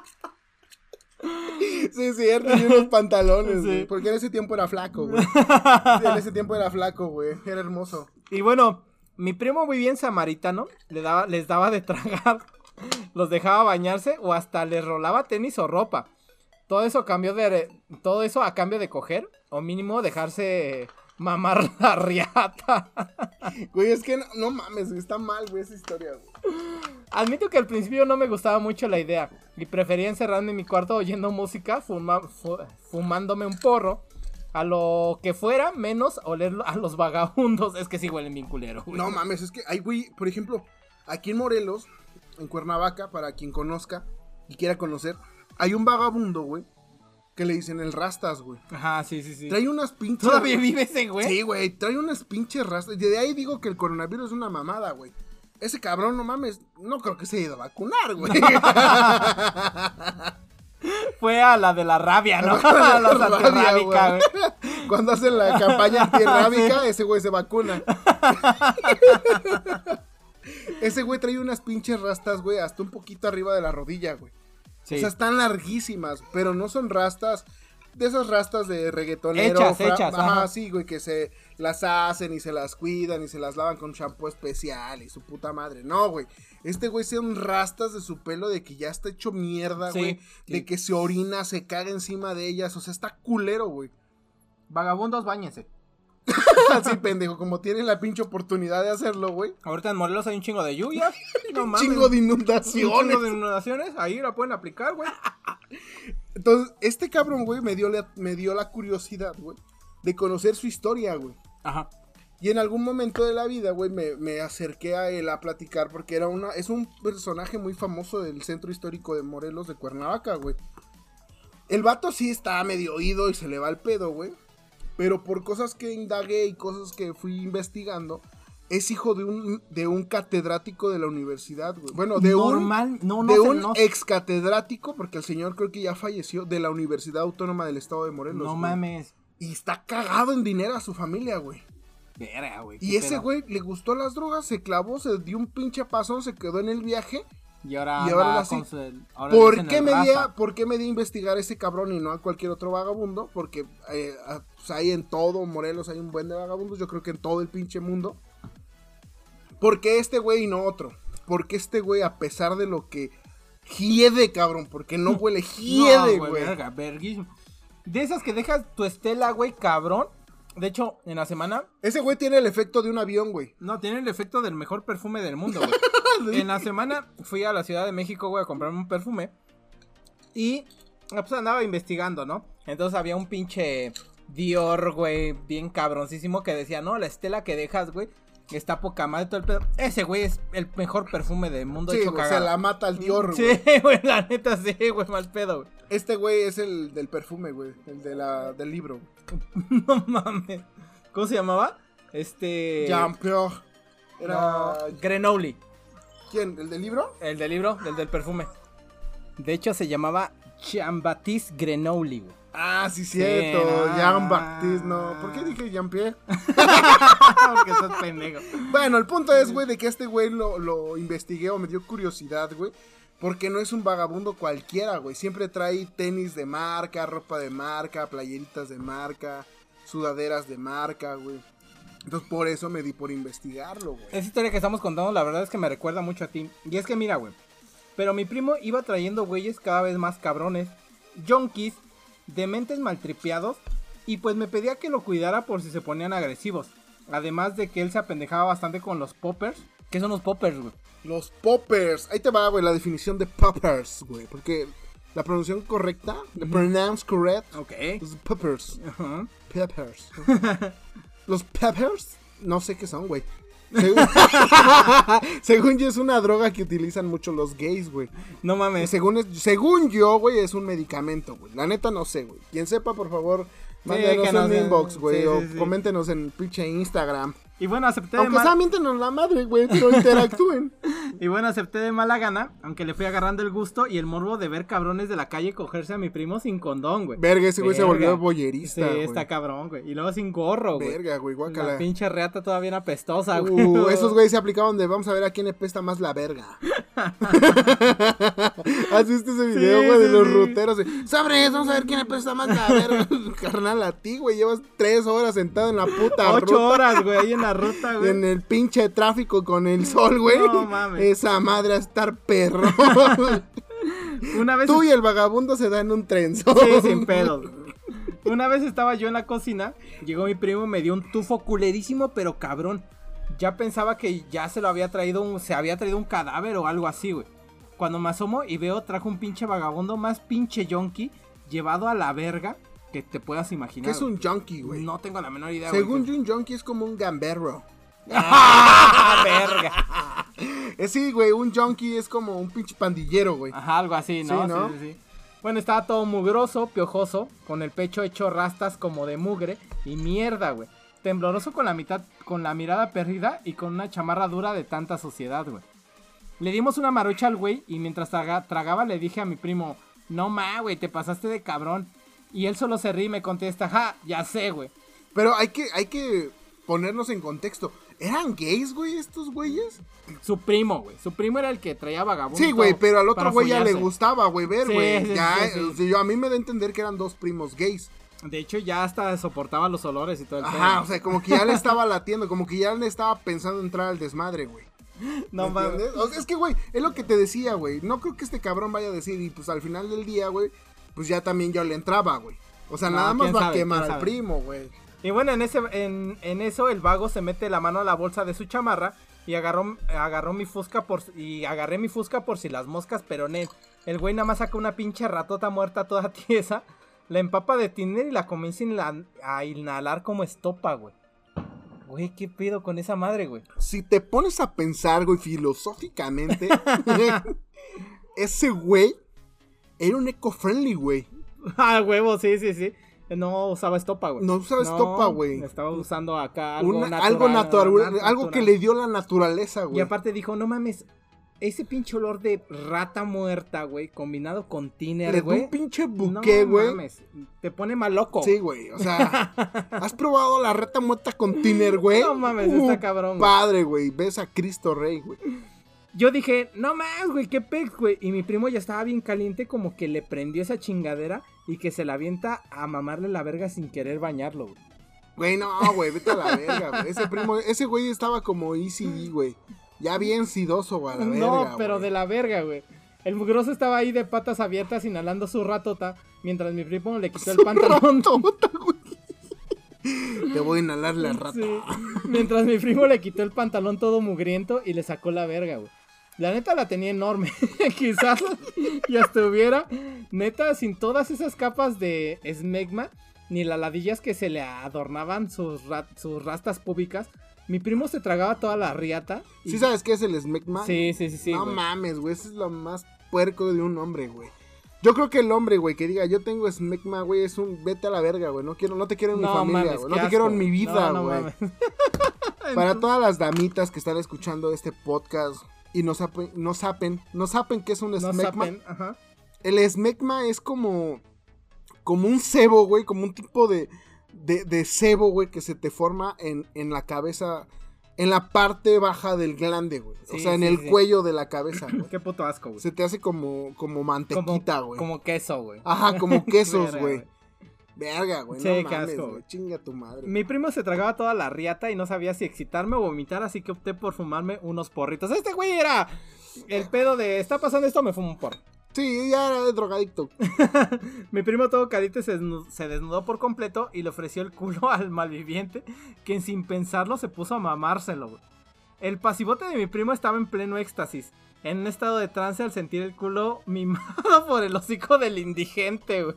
Speaker 2: Sí, es cierto, y unos pantalones,
Speaker 1: Sí.
Speaker 2: güey. Porque en ese tiempo era flaco, güey. Sí, en ese tiempo era flaco, güey. Era hermoso.
Speaker 1: Y bueno, mi primo muy bien samaritano le daba, les daba de tragar, los dejaba bañarse o hasta les rolaba tenis o ropa. Todo eso, cambio de, todo eso a cambio de coger o mínimo dejarse mamar la riata.
Speaker 2: Güey, es que no, no mames, güey, está mal, güey, esa historia, güey.
Speaker 1: Admito que al principio no me gustaba mucho la idea y prefería encerrarme en mi cuarto oyendo música, fuma- fu- fumándome un porro. A lo que fuera, menos oler a los vagabundos. Es que sí huelen bien culero, güey.
Speaker 2: No mames, es que hay, güey, por ejemplo, aquí en Morelos, en Cuernavaca, para quien conozca y quiera conocer, hay un vagabundo, güey, que le dicen el rastas, güey.
Speaker 1: Ajá, sí, sí, sí.
Speaker 2: Trae unas pinches.
Speaker 1: ¿Todavía vive ese güey?
Speaker 2: Sí, güey, trae unas pinches rastas. De ahí digo que el coronavirus es una mamada, güey. Ese cabrón, no mames, no creo que se haya ido a vacunar, güey.
Speaker 1: Fue a la de la rabia, ¿no? A la antirrábica, güey.
Speaker 2: Cuando hacen la campaña antirrábica, ese güey se vacuna. ese güey trae unas pinches rastas, güey, hasta un poquito arriba de la rodilla, güey.
Speaker 1: Sí.
Speaker 2: O sea, están larguísimas, pero no son rastas. De esas rastas de reggaetonero.
Speaker 1: Hechas,
Speaker 2: fra-
Speaker 1: hechas,
Speaker 2: Ajá,
Speaker 1: ajá.
Speaker 2: sí, güey, que se las hacen y se las cuidan y se las lavan con shampoo especial y su puta madre. No, güey. Este güey son rastas de su pelo de que ya está hecho mierda,
Speaker 1: Sí,
Speaker 2: güey.
Speaker 1: sí.
Speaker 2: De que se orina, se caga encima de ellas. O sea, está culero, güey.
Speaker 1: Vagabundos, bañense.
Speaker 2: Así, pendejo, como tienen la pinche oportunidad de hacerlo, güey.
Speaker 1: Ahorita en Morelos hay un chingo de lluvia. No mames.
Speaker 2: Chingo de
Speaker 1: Un
Speaker 2: inundaciones.
Speaker 1: chingo de inundaciones. Ahí la pueden aplicar, güey.
Speaker 2: Entonces, este cabrón, güey, me dio, la- me dio la curiosidad, güey, de conocer su historia, güey.
Speaker 1: Ajá.
Speaker 2: Y en algún momento de la vida, güey, me, me acerqué a él a platicar porque era una, es un personaje muy famoso del centro histórico de Morelos de Cuernavaca, güey. El vato sí está medio oído y se le va el pedo, güey. Pero por cosas que indagué y cosas que fui investigando, es hijo de un, de un catedrático de la universidad, güey. Bueno, de
Speaker 1: Normal. No,
Speaker 2: un,
Speaker 1: no,
Speaker 2: de
Speaker 1: se-
Speaker 2: un e-
Speaker 1: no,
Speaker 2: ex catedrático, porque el señor creo que ya falleció, de la Universidad Autónoma del Estado de Morelos.
Speaker 1: no
Speaker 2: güey.
Speaker 1: mames.
Speaker 2: Y está cagado en dinero a su familia, güey.
Speaker 1: Verga, güey.
Speaker 2: Y
Speaker 1: qué
Speaker 2: ese
Speaker 1: pedo.
Speaker 2: güey le gustó las drogas, se clavó, se dio un pinche pasón, se quedó en el viaje.
Speaker 1: Y ahora,
Speaker 2: y ahora
Speaker 1: anda
Speaker 2: así,
Speaker 1: con su- el- ahora le
Speaker 2: ¿Por
Speaker 1: dicen
Speaker 2: qué,
Speaker 1: el
Speaker 2: me di a,
Speaker 1: Rafa.
Speaker 2: ¿Por qué me di a investigar a ese cabrón y no a cualquier otro vagabundo? Porque eh, ah, pues, hay en todo Morelos, hay un buen de vagabundos, yo creo que en todo el pinche mundo. ¿Por qué este güey y no otro? ¿Por qué este güey, a pesar de lo que hiede, cabrón? Porque no huele, hiede,
Speaker 1: No, güey,
Speaker 2: güey.
Speaker 1: verga, verguísimo. De esas que dejas tu estela, güey, cabrón. De hecho, en la semana,
Speaker 2: ese güey tiene el efecto de un avión, güey.
Speaker 1: no, tiene el efecto del mejor perfume del mundo, güey. en la semana fui a la Ciudad de México, güey, a comprarme un perfume. Y, ah, pues andaba investigando, ¿no? Entonces había un pinche Dior, güey, bien cabroncísimo que decía, no, la estela que dejas, güey, está poca madre todo el pedo. Ese, güey, es el mejor perfume del mundo
Speaker 2: Sí,
Speaker 1: hecho
Speaker 2: güey, se
Speaker 1: cagada.
Speaker 2: la mata al Dior, güey.
Speaker 1: Sí, güey, la neta, sí, güey, mal pedo, güey.
Speaker 2: Este güey es el del perfume, güey. El de la, del libro.
Speaker 1: No mames. ¿Cómo se llamaba? Este.
Speaker 2: Jean-Pierre. Era.
Speaker 1: no, Grenoble.
Speaker 2: ¿Quién? ¿El del libro?
Speaker 1: El del libro, el del perfume. De hecho, se llamaba Jean-Baptiste Grenoble, güey.
Speaker 2: Ah, sí, cierto.
Speaker 1: no.
Speaker 2: Jean-Baptiste, no. ¿Por qué dije Jean-Pierre?
Speaker 1: Porque sos pendejo.
Speaker 2: Bueno, el punto es, güey, de que este güey lo, lo investigué o me dio curiosidad, güey. Porque no es un vagabundo cualquiera, güey. Siempre trae tenis de marca, ropa de marca, playeritas de marca, sudaderas de marca, güey. Entonces por eso me di por investigarlo, güey.
Speaker 1: Esa historia que estamos contando, la verdad es que me recuerda mucho a ti. Y es que mira, güey. Pero mi primo iba trayendo güeyes cada vez más cabrones, yonkis, dementes maltripeados, y pues me pedía que lo cuidara por si se ponían agresivos. Además de que él se apendejaba bastante con los poppers. ¿Qué son los poppers, güey?
Speaker 2: Los poppers. Ahí te va, güey, la definición de poppers, güey. Porque la pronunciación correcta, the pronounce correct,
Speaker 1: Ok.
Speaker 2: los poppers.
Speaker 1: Ajá.
Speaker 2: Peppers. Los peppers, no sé qué son, güey. Según, según yo es una droga que utilizan mucho los gays, güey.
Speaker 1: No mames.
Speaker 2: Según, es- según yo, güey, es un medicamento, güey. La neta no sé, güey. Quien sepa, por favor, mándenos
Speaker 1: que nos
Speaker 2: un
Speaker 1: den-
Speaker 2: inbox, güey.
Speaker 1: sí,
Speaker 2: o
Speaker 1: sí, sí.
Speaker 2: coméntenos en pinche Instagram.
Speaker 1: Y bueno, acepté de
Speaker 2: Aunque sea,
Speaker 1: mal...
Speaker 2: miéntenos la madre, güey, pero interactúen.
Speaker 1: y bueno, acepté de mala gana, aunque le fui agarrando el gusto y el morbo de ver cabrones de la calle cogerse a mi primo sin condón, güey.
Speaker 2: Verga, ese güey se
Speaker 1: Verga.
Speaker 2: volvió
Speaker 1: Sí,
Speaker 2: boyerista, güey.
Speaker 1: está cabrón, güey. Y luego sin gorro, güey.
Speaker 2: Verga, güey,
Speaker 1: La
Speaker 2: guácala.
Speaker 1: pinche reata toda bien apestosa, Ah, güey.
Speaker 2: Uh, esos güeyes se aplicaban de vamos a ver a quién le pesta más la verga. ¿Has visto ese video,
Speaker 1: Sí,
Speaker 2: güey, de
Speaker 1: sí,
Speaker 2: los
Speaker 1: sí.
Speaker 2: ruteros? de, Sobres, vamos a ver quién le pesta más la verga. Carnal, a ti, güey, llevas tres horas sentado en la puta
Speaker 1: Ocho
Speaker 2: ruta.
Speaker 1: horas, güey, ahí en la ruta, güey.
Speaker 2: En el pinche tráfico con el sol, güey.
Speaker 1: No mames.
Speaker 2: Esa madre a estar perro.
Speaker 1: Una vez.
Speaker 2: Tú y el vagabundo se dan un trenzo.
Speaker 1: Sí, sin pedos. Una vez estaba yo en la cocina, llegó mi primo, me dio un tufo culerísimo, pero cabrón. Ya pensaba que ya se lo había traído, un- se había traído un cadáver o algo así, güey. Cuando me asomo y veo, trajo un pinche vagabundo más pinche yonki, llevado a la verga que te puedas imaginar.
Speaker 2: ¿Qué es
Speaker 1: güey.
Speaker 2: un junkie, güey?
Speaker 1: No tengo la menor idea,
Speaker 2: Según
Speaker 1: güey.
Speaker 2: yo, un junkie es como un gamberro.
Speaker 1: ¡Ah, verga!
Speaker 2: Eh, sí, güey, un junkie es como un pinche pandillero, güey.
Speaker 1: Ajá, algo así, ¿no?
Speaker 2: Sí, ¿no?
Speaker 1: Sí, sí, sí. Bueno, estaba todo mugroso, piojoso, con el pecho hecho rastas como de mugre y mierda, güey. Tembloroso con la mitad, con la mirada perdida y con una chamarra dura de tanta suciedad, güey. Le dimos una marucha al güey y mientras traga- tragaba le dije a mi primo, no ma, güey, te pasaste de cabrón. Y él solo se ríe y me contesta, ja, ya sé, güey.
Speaker 2: Pero hay que, hay que ponernos en contexto. ¿Eran gays, güey, estos güeyes?
Speaker 1: Su primo, güey. Su primo era el que traía vagabundo.
Speaker 2: Sí, güey, pero al otro
Speaker 1: para
Speaker 2: güey ya le
Speaker 1: follarse.
Speaker 2: gustaba, güey, ver,
Speaker 1: Sí,
Speaker 2: güey.
Speaker 1: sí,
Speaker 2: Ya,
Speaker 1: sí, sí.
Speaker 2: o sea, yo- a mí me da a entender que eran dos primos gays.
Speaker 1: De hecho, ya hasta soportaba los olores y todo el
Speaker 2: Ajá,
Speaker 1: pedo.
Speaker 2: o sea, como que ya le estaba latiendo, como que ya le estaba pensando entrar al desmadre, güey.
Speaker 1: No
Speaker 2: ¿Me
Speaker 1: mames.
Speaker 2: entiendes? O sea, es que, güey, es lo que te decía, güey. No creo que este cabrón vaya a decir, y pues al final del día, güey, pues ya también yo le entraba, güey. O sea,
Speaker 1: No,
Speaker 2: nada más
Speaker 1: quién
Speaker 2: va a
Speaker 1: sabe,
Speaker 2: quemar
Speaker 1: quién sabe.
Speaker 2: al primo, güey.
Speaker 1: Y bueno, en, ese, en, en eso el vago se mete la mano a la bolsa de su chamarra y agarró, agarró mi fusca por y agarré mi fusca por si las moscas, pero en el güey nada más saca una pinche ratota muerta toda tiesa, la empapa de tiner y la comienza a inla- a inhalar como estopa, güey. Güey, ¿qué pido con esa madre, güey?
Speaker 2: si te pones a pensar, güey, filosóficamente, ese güey era un eco-friendly, güey.
Speaker 1: ah, huevo, sí, sí, sí. No usaba estopa, güey.
Speaker 2: No usaba estopa, güey.
Speaker 1: Estaba usando acá algo
Speaker 2: Una-
Speaker 1: natural.
Speaker 2: Algo natural,
Speaker 1: na-
Speaker 2: algo que le dio la naturaleza,
Speaker 1: Y
Speaker 2: güey.
Speaker 1: aparte dijo, no mames, ese pinche olor de rata muerta, güey, combinado con
Speaker 2: Le
Speaker 1: tiner,
Speaker 2: da
Speaker 1: güey.
Speaker 2: un pinche
Speaker 1: No
Speaker 2: buque, güey.
Speaker 1: mames, te pone mal loco.
Speaker 2: sí, güey. O sea, ¿has probado la rata muerta con tiner, güey?
Speaker 1: No mames,
Speaker 2: Uh,
Speaker 1: está cabrón. güey.
Speaker 2: Padre, güey. Ves a Cristo Rey, güey.
Speaker 1: Yo dije, no más, güey, qué pex, güey. Y mi primo ya estaba bien caliente, como que le prendió esa chingadera y que se la avienta a mamarle la verga sin querer bañarlo, güey.
Speaker 2: Güey, no, güey, vete a la verga, güey. Ese primo, ese güey estaba como ECD, güey. Ya bien sidoso, güey, a la
Speaker 1: no,
Speaker 2: verga,
Speaker 1: pero
Speaker 2: güey.
Speaker 1: de la verga, güey. El mugroso estaba ahí de patas abiertas inhalando su ratota mientras mi primo le quitó el pantalón.
Speaker 2: Ratota, güey. Te voy a inhalar la rata.
Speaker 1: Sí. Mientras mi primo le quitó el pantalón todo mugriento y le sacó la verga, güey. La neta la tenía enorme. Quizás ya estuviera. Neta, sin todas esas capas de esmegma ni las ladillas que se le adornaban sus, ra- sus rastas públicas, mi primo se tragaba toda la riata. y-
Speaker 2: ¿Sí sabes qué es el smegma?
Speaker 1: sí, sí, sí, sí,
Speaker 2: no
Speaker 1: güey.
Speaker 2: mames, güey, eso es lo más puerco de un hombre, güey. Yo creo que el hombre, güey, que diga, yo tengo smegma, güey, es un vete a la verga, güey. No quiero, no te quiero en mi
Speaker 1: No
Speaker 2: familia,
Speaker 1: mames,
Speaker 2: güey.
Speaker 1: qué
Speaker 2: No te
Speaker 1: asco,
Speaker 2: quiero en
Speaker 1: güey.
Speaker 2: mi
Speaker 1: No,
Speaker 2: vida,
Speaker 1: no
Speaker 2: güey.
Speaker 1: mames.
Speaker 2: Para todas las damitas que están escuchando este podcast y no saben, no saben, no saben qué es un
Speaker 1: No
Speaker 2: smegma.
Speaker 1: saben, ajá.
Speaker 2: El esmegma es como. Como un cebo, güey. Como un tipo de. De, de cebo, güey, que se te forma en, en la cabeza. En la parte baja del glande, güey. o
Speaker 1: Sí,
Speaker 2: sea, en
Speaker 1: sí,
Speaker 2: el
Speaker 1: sí.
Speaker 2: cuello de la cabeza, güey.
Speaker 1: Qué puto asco, güey.
Speaker 2: Se te hace como, como mantequita, güey.
Speaker 1: Como queso, güey.
Speaker 2: Ajá, como quesos,
Speaker 1: Verga,
Speaker 2: güey. Verga, güey.
Speaker 1: Sí,
Speaker 2: no
Speaker 1: qué
Speaker 2: mames,
Speaker 1: asco,
Speaker 2: güey.
Speaker 1: güey.
Speaker 2: Chinga tu madre.
Speaker 1: Mi primo se tragaba toda la riata y no sabía si excitarme o vomitar, así que opté por fumarme unos porritos. Este güey era el pedo de está pasando esto, me fumo un porro.
Speaker 2: Sí, ya era drogadicto.
Speaker 1: Mi primo todo caliente se, desnu- se desnudó por completo y le ofreció el culo al malviviente, quien sin pensarlo se puso a mamárselo. güey. El pasivote de mi primo estaba en pleno éxtasis, en un estado de trance al sentir el culo mimado por el hocico del indigente, güey.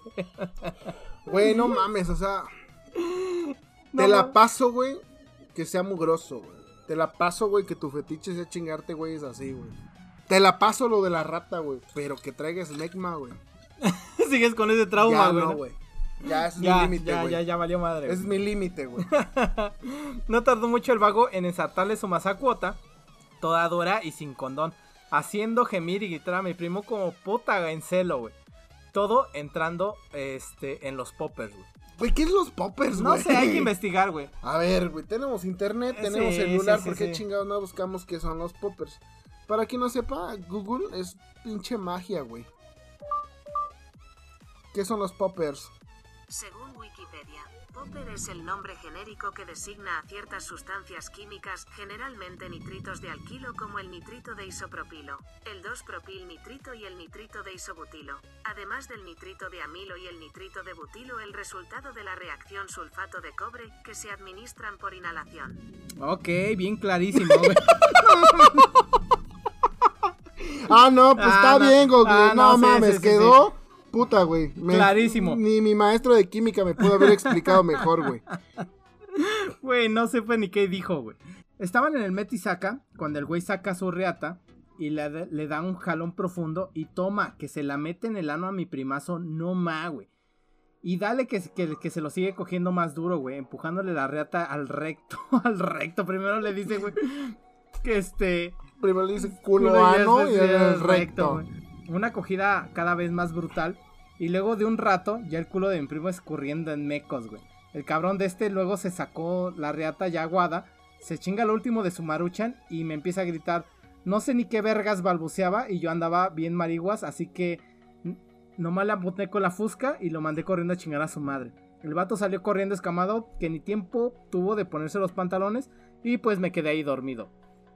Speaker 2: Güey, no mames, o sea.
Speaker 1: No
Speaker 2: te la
Speaker 1: mames.
Speaker 2: paso, güey, que sea mugroso, güey. Te la paso, güey, que tu fetiche sea chingarte, güey, es así, güey. Te la paso lo de la rata, güey, pero que traigas legma, güey.
Speaker 1: Sigues con ese trauma,
Speaker 2: ya,
Speaker 1: güey.
Speaker 2: no,
Speaker 1: ¿no?
Speaker 2: güey. Ya, ese es mi
Speaker 1: Ya,
Speaker 2: límite,
Speaker 1: ya, ya,
Speaker 2: güey.
Speaker 1: ya valió madre.
Speaker 2: Ese
Speaker 1: güey.
Speaker 2: Es mi límite, güey.
Speaker 1: No tardó mucho el vago en ensartarle su mazacuota, toda dura y sin condón, haciendo gemir y gritar a mi primo como puta en celo, güey. Todo entrando este, en los poppers, güey.
Speaker 2: Güey, ¿qué es los poppers,
Speaker 1: No
Speaker 2: güey?
Speaker 1: sé, hay que investigar, Pues, güey.
Speaker 2: A ver, güey, tenemos internet,
Speaker 1: Eh,
Speaker 2: tenemos
Speaker 1: sí,
Speaker 2: celular,
Speaker 1: sí, sí,
Speaker 2: ¿por qué
Speaker 1: sí.
Speaker 2: chingados no buscamos qué son los poppers? Para quien no sepa, Google es pinche magia, güey. ¿Qué son los poppers?
Speaker 3: Según Wikipedia, popper es el nombre genérico que designa a ciertas sustancias químicas, generalmente nitritos de alquilo como el nitrito de isopropilo, el 2-propilnitrito y el nitrito de isobutilo, además del nitrito de amilo y el nitrito de butilo, el resultado de la reacción sulfato de cobre, que se administran por inhalación.
Speaker 1: Ok, bien clarísimo, güey.
Speaker 2: Ah, no, pues
Speaker 1: Ah,
Speaker 2: está
Speaker 1: no.
Speaker 2: bien, Google.
Speaker 1: Ah,
Speaker 2: no,
Speaker 1: no, sí,
Speaker 2: mames,
Speaker 1: sí, sí,
Speaker 2: quedó puta, güey. Me-
Speaker 1: Clarísimo.
Speaker 2: Ni mi maestro de química me pudo haber explicado mejor, güey.
Speaker 1: Güey, no sé pues ni qué dijo, güey. Estaban en el Metisaca cuando el güey saca su reata y le, le da un jalón profundo y toma, que se la mete en el ano a mi primazo, no ma, güey. Y dale que, que, que se lo sigue cogiendo más duro, güey, empujándole la reata al recto, al recto. Primero le dice, güey, que este...
Speaker 2: Primero le dice culo,
Speaker 1: Culo y
Speaker 2: ano y
Speaker 1: después ya
Speaker 2: ahora el
Speaker 1: es
Speaker 2: recto.
Speaker 1: güey. Una cogida cada vez más brutal. Y luego de un rato, ya el culo de mi primo escurriendo en mecos, güey. El cabrón de este luego se sacó la reata ya aguada. Se chinga lo último de su maruchan y me empieza a gritar. No sé ni qué vergas balbuceaba y yo andaba bien mariguas, así que n- nomás la boté con la fusca y lo mandé corriendo a chingar a su madre. El vato salió corriendo escamado, que ni tiempo tuvo de ponerse los pantalones y pues me quedé ahí dormido.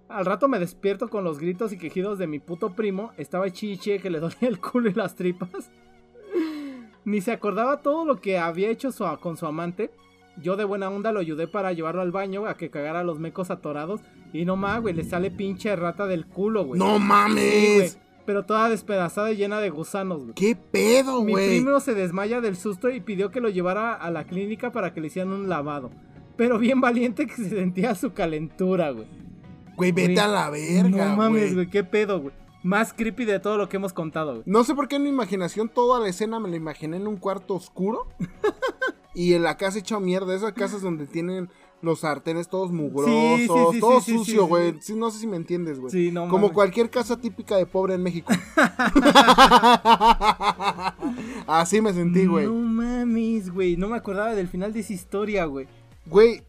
Speaker 1: Al rato me despierto con los gritos y quejidos de mi puto primo. Estaba chiche que le dolía el culo y las tripas. Ni se acordaba todo lo que había hecho su- con su amante. Yo de buena onda lo ayudé para llevarlo al baño a que cagara los mecos atorados. Y no más, güey, le sale pinche rata del culo, güey.
Speaker 2: No
Speaker 1: Sí, güey,
Speaker 2: mames.
Speaker 1: Pero toda despedazada y llena de gusanos, güey.
Speaker 2: ¿Qué pedo,
Speaker 1: Mi
Speaker 2: güey?
Speaker 1: primo se desmaya del susto y pidió que lo llevara a la clínica para que le hicieran un lavado. Pero bien valiente que se sentía su calentura, güey.
Speaker 2: Güey, vete
Speaker 1: Güey,
Speaker 2: a la verga,
Speaker 1: No mames, güey, qué pedo, güey. Más creepy de todo lo que hemos contado, güey.
Speaker 2: No sé por qué en mi imaginación toda la escena me la imaginé en un cuarto oscuro. Y en la casa hecha mierda, esas casas donde tienen los sartenes todos mugrosos,
Speaker 1: Sí, sí, sí,
Speaker 2: todo
Speaker 1: sí, sí,
Speaker 2: sucio,
Speaker 1: sí,
Speaker 2: güey.
Speaker 1: sí.
Speaker 2: Sí, no sé si me entiendes, güey.
Speaker 1: Sí, no
Speaker 2: Como
Speaker 1: mames.
Speaker 2: cualquier casa típica de pobre en México. Así me sentí, güey.
Speaker 1: No mames, güey. No me acordaba del final de esa historia, güey.
Speaker 2: Güey,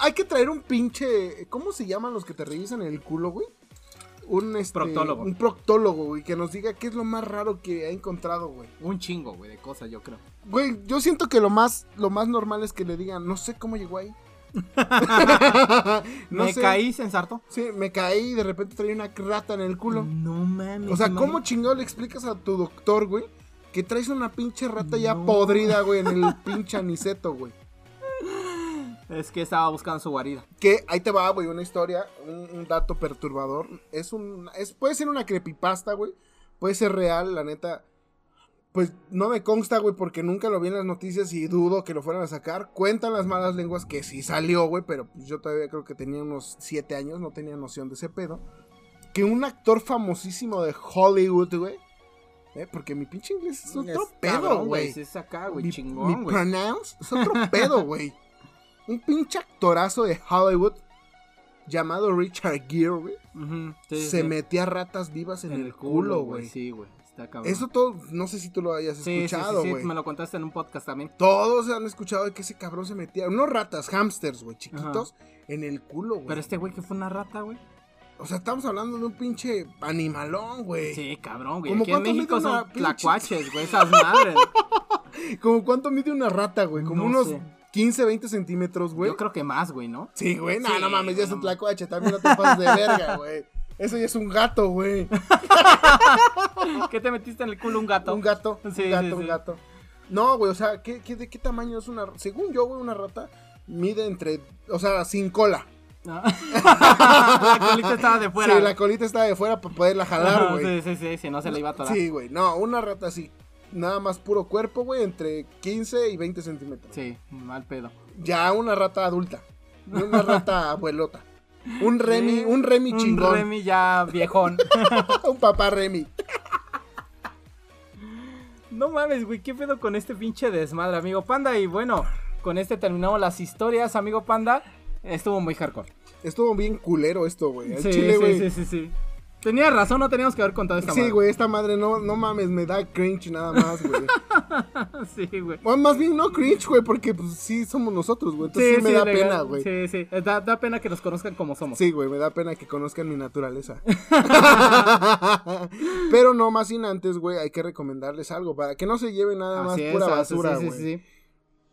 Speaker 2: hay que traer un pinche. ¿Cómo se llaman los que te revisan el culo, güey? Un este,
Speaker 1: Proctólogo.
Speaker 2: Un proctólogo, güey, que nos diga qué es lo más raro que ha encontrado, güey.
Speaker 1: Un chingo, güey, de cosas, yo creo.
Speaker 2: Güey, yo siento que lo más, lo más normal es que le digan, no sé cómo llegó ahí. No
Speaker 1: me
Speaker 2: sé.
Speaker 1: caí, se ensartó.
Speaker 2: Sí, me caí y de repente traía una rata en el culo.
Speaker 1: No mames.
Speaker 2: O sea,
Speaker 1: Mm, no
Speaker 2: ¿cómo
Speaker 1: mames.
Speaker 2: chingado le explicas a tu doctor, güey? Que traes una pinche rata ya
Speaker 1: No.
Speaker 2: podrida, güey, en el pinche aniceto, güey.
Speaker 1: Es que estaba buscando su guarida.
Speaker 2: Que ahí te va, güey, una historia, un, un dato perturbador. Es un. Es, puede ser una creepypasta, güey. Puede ser real, la neta. Pues no me consta, güey, porque nunca lo vi en las noticias y dudo que lo fueran a sacar. Cuentan las malas lenguas que sí salió, güey, pero pues, yo todavía creo que tenía unos 7 años, no tenía noción de ese pedo. Que un actor famosísimo de Hollywood, güey. eh, porque mi pinche inglés es otro
Speaker 1: Es
Speaker 2: pedo,
Speaker 1: cabrón,
Speaker 2: güey.
Speaker 1: Es acá, güey,
Speaker 2: Mi-
Speaker 1: chingón,
Speaker 2: mi
Speaker 1: güey.
Speaker 2: pronounce es otro pedo, güey. Un pinche actorazo de Hollywood llamado Richard Gere, güey,
Speaker 1: Ujú, sí,
Speaker 2: se
Speaker 1: sí.
Speaker 2: metía ratas vivas en, el culo, güey.
Speaker 1: Sí, güey. Está cabrón.
Speaker 2: Eso todo, no sé si tú lo hayas
Speaker 1: sí,
Speaker 2: escuchado,
Speaker 1: sí, sí,
Speaker 2: güey.
Speaker 1: sí, me lo contaste en un podcast también.
Speaker 2: Todos han escuchado de que ese cabrón se metía, unos ratas, hamsters, güey, chiquitos, en el culo, güey.
Speaker 1: Pero este güey que fue una rata, güey.
Speaker 2: O sea, estamos hablando de un pinche animalón, güey.
Speaker 1: Sí, cabrón, güey.
Speaker 2: ¿Cómo
Speaker 1: Aquí en
Speaker 2: cuánto
Speaker 1: México
Speaker 2: mide una
Speaker 1: son
Speaker 2: pinche-
Speaker 1: tlacuaches, güey, esas madres.
Speaker 2: ¿Como cuánto mide una rata, güey? Como
Speaker 1: No
Speaker 2: unos
Speaker 1: sé.
Speaker 2: 15, 20 centímetros, güey.
Speaker 1: Yo creo que más, güey, ¿no?
Speaker 2: Sí, güey, no,
Speaker 1: Sí,
Speaker 2: no mames, ya es
Speaker 1: no
Speaker 2: un
Speaker 1: mames.
Speaker 2: tlacuache, también no te pases de verga, güey. Eso ya es un gato, güey.
Speaker 1: ¿Qué te metiste en el culo un gato?
Speaker 2: Un gato, un
Speaker 1: Sí,
Speaker 2: gato,
Speaker 1: sí,
Speaker 2: un
Speaker 1: sí.
Speaker 2: gato. No, güey, o sea, ¿qué, qué, de qué tamaño es una rata? Según yo, güey, una rata mide entre, o sea, sin cola.
Speaker 1: Ah. la colita estaba de fuera.
Speaker 2: Sí, la colita está de fuera para poderla jalar,
Speaker 1: Ajá,
Speaker 2: güey.
Speaker 1: Sí, sí, sí, sí, no se le iba a atorar. Sí.
Speaker 2: Sí, güey, no, una rata así, nada más puro cuerpo, güey, entre 15 y 20 centímetros.
Speaker 1: mal pedo.
Speaker 2: Ya una rata adulta, una rata abuelota. Un remi, un remi chingón,
Speaker 1: Un Remy ya viejón.
Speaker 2: un papá remi.
Speaker 1: no mames, güey, qué pedo con este pinche desmadre, amigo Panda. Y bueno, con este terminamos las historias, amigo Panda. Estuvo muy hardcore.
Speaker 2: Estuvo bien culero esto, güey. Al
Speaker 1: Sí,
Speaker 2: chile,
Speaker 1: sí,
Speaker 2: güey.
Speaker 1: sí, sí, sí. Tenías razón, no teníamos que haber contado esta
Speaker 2: Sí,
Speaker 1: madre.
Speaker 2: güey, esta madre no, no mames, me da cringe nada más, güey.
Speaker 1: sí, güey.
Speaker 2: Bueno, más bien no cringe, güey, porque pues sí somos nosotros, güey. Entonces sí, me da
Speaker 1: legal.
Speaker 2: pena, güey.
Speaker 1: Sí, sí. Eh, Da, da pena que nos conozcan como somos.
Speaker 2: Sí, güey, me da pena que conozcan mi naturaleza. Pero no más sin antes, güey, hay que recomendarles algo para que no se lleve nada más
Speaker 1: Así es,
Speaker 2: pura
Speaker 1: así-
Speaker 2: basura,
Speaker 1: sí,
Speaker 2: güey.
Speaker 1: sí, sí, sí.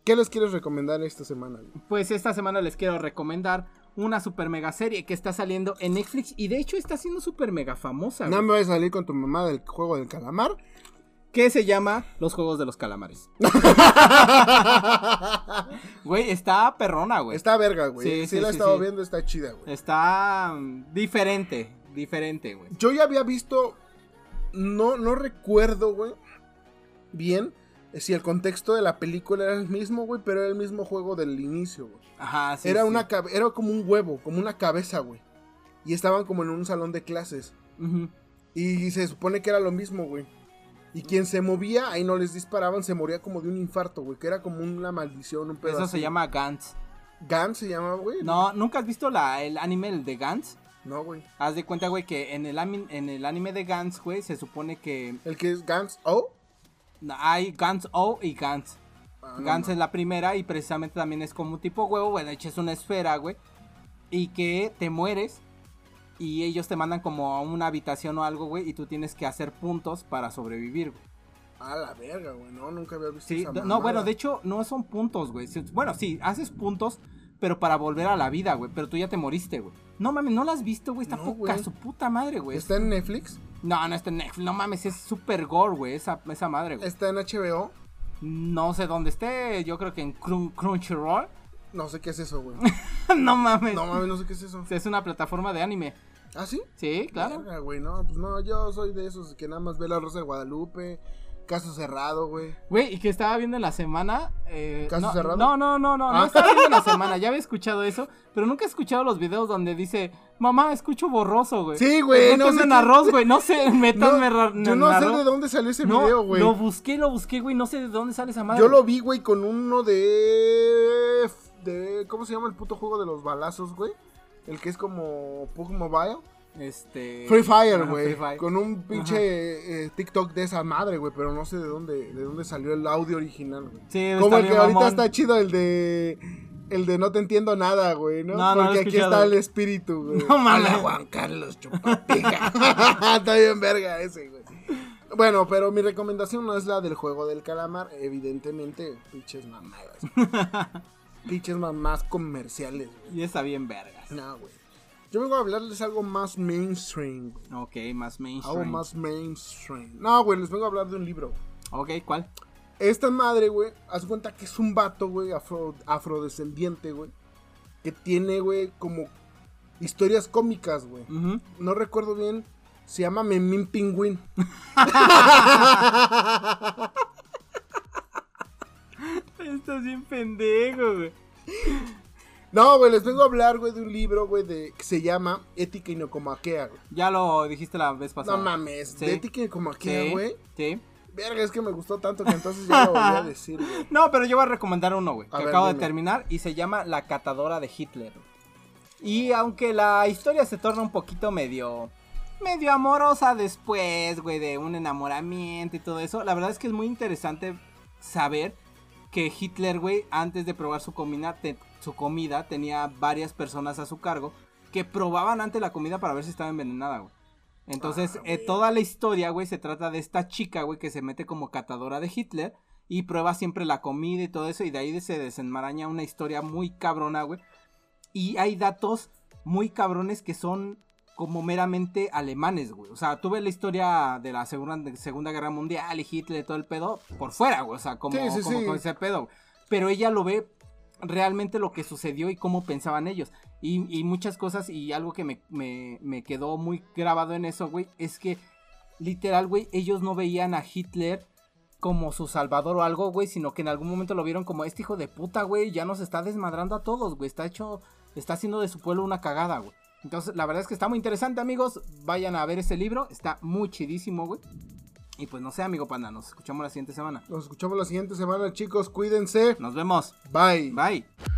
Speaker 2: ¿Qué les quieres recomendar esta semana? güey?
Speaker 1: Pues esta semana les quiero recomendar una super mega serie que está saliendo en Netflix y de hecho está siendo super mega famosa,
Speaker 2: No
Speaker 1: güey,
Speaker 2: me vayas a salir con tu mamá del juego del calamar.
Speaker 1: que se llama Los Juegos de los Calamares. Güey, está perrona, güey.
Speaker 2: Está verga, güey. Sí,
Speaker 1: Sí, sí,
Speaker 2: la he
Speaker 1: sí,
Speaker 2: estado
Speaker 1: sí.
Speaker 2: viendo, está chida, güey.
Speaker 1: Está mm, diferente, diferente, güey.
Speaker 2: Yo ya había visto. No, no recuerdo, güey. Bien. Si el contexto de la película era el mismo, güey, pero era el mismo juego del inicio, güey.
Speaker 1: Ajá, sí.
Speaker 2: era
Speaker 1: sí.
Speaker 2: una cabe- era como un huevo, como una cabeza, güey. Y estaban como en un salón de clases.
Speaker 1: Ujú.
Speaker 2: Y se supone que era lo mismo, güey. Y quien se movía, ahí no les disparaban, se moría como de un infarto, güey. Que era como una maldición, un pedo.
Speaker 1: Eso se
Speaker 2: así.
Speaker 1: llama Gantz.
Speaker 2: ¿Gan se llama, güey?
Speaker 1: No, ¿nunca has visto la, el anime el de Gantz?
Speaker 2: No, güey.
Speaker 1: Haz de cuenta, güey, que en el, ami- en el anime de Gantz, güey, se supone que
Speaker 2: El que es Gans Oh. O.
Speaker 1: hay Gantz O y Gantz.
Speaker 2: Ah, no,
Speaker 1: Gans
Speaker 2: no.
Speaker 1: es la primera y precisamente también es como un tipo huevo, bueno, es una esfera, güey. Y que te mueres y ellos te mandan como a una habitación o algo, güey, y tú tienes que hacer puntos para sobrevivir, güey.
Speaker 2: A la verga, güey. No, nunca había visto
Speaker 1: Sí,
Speaker 2: esa
Speaker 1: no, bueno,
Speaker 2: mamada.
Speaker 1: de hecho no son puntos, güey. Sí, Bueno, sí, haces puntos, pero para volver a la vida, güey, pero tú ya te moriste, güey. No mames, no la has visto, güey, está
Speaker 2: No,
Speaker 1: poca
Speaker 2: güey.
Speaker 1: su puta madre, güey.
Speaker 2: ¿Está en Netflix?
Speaker 1: No, no está en Netflix, no mames, es super gore, güey, esa, esa madre, güey.
Speaker 2: Está en HBO.
Speaker 1: No sé dónde esté, yo creo que en Crun- Crunchyroll.
Speaker 2: No sé qué es eso, güey.
Speaker 1: no mames.
Speaker 2: No mames, no sé qué es eso.
Speaker 1: Es una plataforma de anime.
Speaker 2: ¿Ah, sí?
Speaker 1: Sí, claro.
Speaker 2: Verga, güey, no, pues no, yo soy de esos que nada más ve la Rosa de Guadalupe, Caso Cerrado, güey.
Speaker 1: Güey, y que estaba viendo en la semana. eh,
Speaker 2: ¿Caso
Speaker 1: no,
Speaker 2: cerrado?
Speaker 1: No, no, no, no.
Speaker 2: Ah.
Speaker 1: No estaba viendo en la semana. Ya había escuchado eso. Pero nunca he escuchado los videos donde dice Mamá, escucho borroso, güey.
Speaker 2: Sí, güey,
Speaker 1: No,
Speaker 2: no sé
Speaker 1: sé.
Speaker 2: quién-
Speaker 1: arroz, güey. No sé, metal
Speaker 2: No,
Speaker 1: me ra-
Speaker 2: yo no sé
Speaker 1: narró.
Speaker 2: de dónde salió ese
Speaker 1: No,
Speaker 2: video, güey.
Speaker 1: Lo busqué, lo busqué, güey. No sé de dónde sale esa madre.
Speaker 2: Yo lo vi, güey, con uno de... de... ¿Cómo se llama el puto juego de los balazos, güey? El que es como Pug Mobile.
Speaker 1: Este.
Speaker 2: Free Fire,
Speaker 1: Ajá,
Speaker 2: güey.
Speaker 1: Free Fire.
Speaker 2: Con un pinche
Speaker 1: Ajá.
Speaker 2: eh, eh, TikTok de esa madre, güey. Pero no sé de dónde, de dónde salió el audio original, güey.
Speaker 1: Sí, está
Speaker 2: Como el
Speaker 1: bien
Speaker 2: que ahorita
Speaker 1: mamón.
Speaker 2: está chido, el de. El de no te entiendo nada, güey, ¿no?
Speaker 1: No, no lo he
Speaker 2: Porque aquí
Speaker 1: escuchado.
Speaker 2: está el espíritu, güey.
Speaker 1: No mames.
Speaker 2: Hola, Juan Carlos Chupatija. está bien verga ese, güey. Bueno, pero mi recomendación no es la del juego del calamar, evidentemente, pinches mamadas. pinches mamás comerciales, güey.
Speaker 1: Y está bien, vergas.
Speaker 2: No, güey. Yo vengo a hablarles algo más mainstream, güey.
Speaker 1: Ok, más mainstream.
Speaker 2: Algo más mainstream. No, güey, les vengo a hablar de un libro.
Speaker 1: Ok, ¿cuál?
Speaker 2: Esta madre, güey, haz cuenta que es un vato, güey, afro- afrodescendiente, güey. Que tiene, güey, como historias cómicas, güey.
Speaker 1: Ujú.
Speaker 2: No recuerdo bien. Se llama Memín Pingüín.
Speaker 1: Estás bien pendejo, güey.
Speaker 2: No, güey, les vengo a hablar, güey, de un libro, güey, de, que se llama Ética y Nocomaquea, güey.
Speaker 1: Ya lo dijiste la vez pasada.
Speaker 2: No mames,
Speaker 1: Sí.
Speaker 2: de Ética y Nocomaquea,
Speaker 1: Sí,
Speaker 2: güey.
Speaker 1: sí.
Speaker 2: Verga, es que me gustó tanto que entonces ya lo voy a decir, güey.
Speaker 1: No, pero yo voy a recomendar uno, güey, que
Speaker 2: A ver,
Speaker 1: acabo de
Speaker 2: dime.
Speaker 1: terminar y se llama La catadora de Hitler. Y aunque la historia se torna un poquito medio medio amorosa después, güey, de un enamoramiento y todo eso, la verdad es que es muy interesante saber que Hitler, güey, antes de probar su comida, te- su comida tenía varias personas a su cargo que probaban antes la comida para ver si estaba envenenada, güey. Entonces,
Speaker 2: Ah,
Speaker 1: eh,
Speaker 2: güey.
Speaker 1: toda la historia, güey, se trata de esta chica, güey, que se mete como catadora de Hitler y prueba siempre la comida y todo eso, y de ahí se desenmaraña una historia muy cabrona, güey. Y hay datos muy cabrones que son como meramente alemanes, güey. O sea, tuve la historia de la Segunda, segunda Guerra Mundial y Hitler y todo el pedo por fuera, güey. O sea, como,
Speaker 2: Sí, sí,
Speaker 1: como
Speaker 2: sí.
Speaker 1: con ese pedo. güey. Pero ella lo ve realmente lo que sucedió y cómo pensaban ellos. Y, y muchas cosas, y algo que me, me- me quedó muy grabado en eso, güey, es que literal, güey, ellos no veían a Hitler como su salvador o algo, güey, sino que en algún momento lo vieron como este hijo de puta, güey, ya nos está desmadrando a todos, güey, está hecho, está haciendo de su pueblo una cagada, güey. Entonces, la verdad es que está muy interesante, amigos. Vayan a ver ese libro, está muy chidísimo, güey. Y pues no sé, amigo panda, nos escuchamos la siguiente semana.
Speaker 2: Nos escuchamos la siguiente semana, chicos. Cuídense.
Speaker 1: Nos vemos.
Speaker 2: Bye.
Speaker 1: Bye.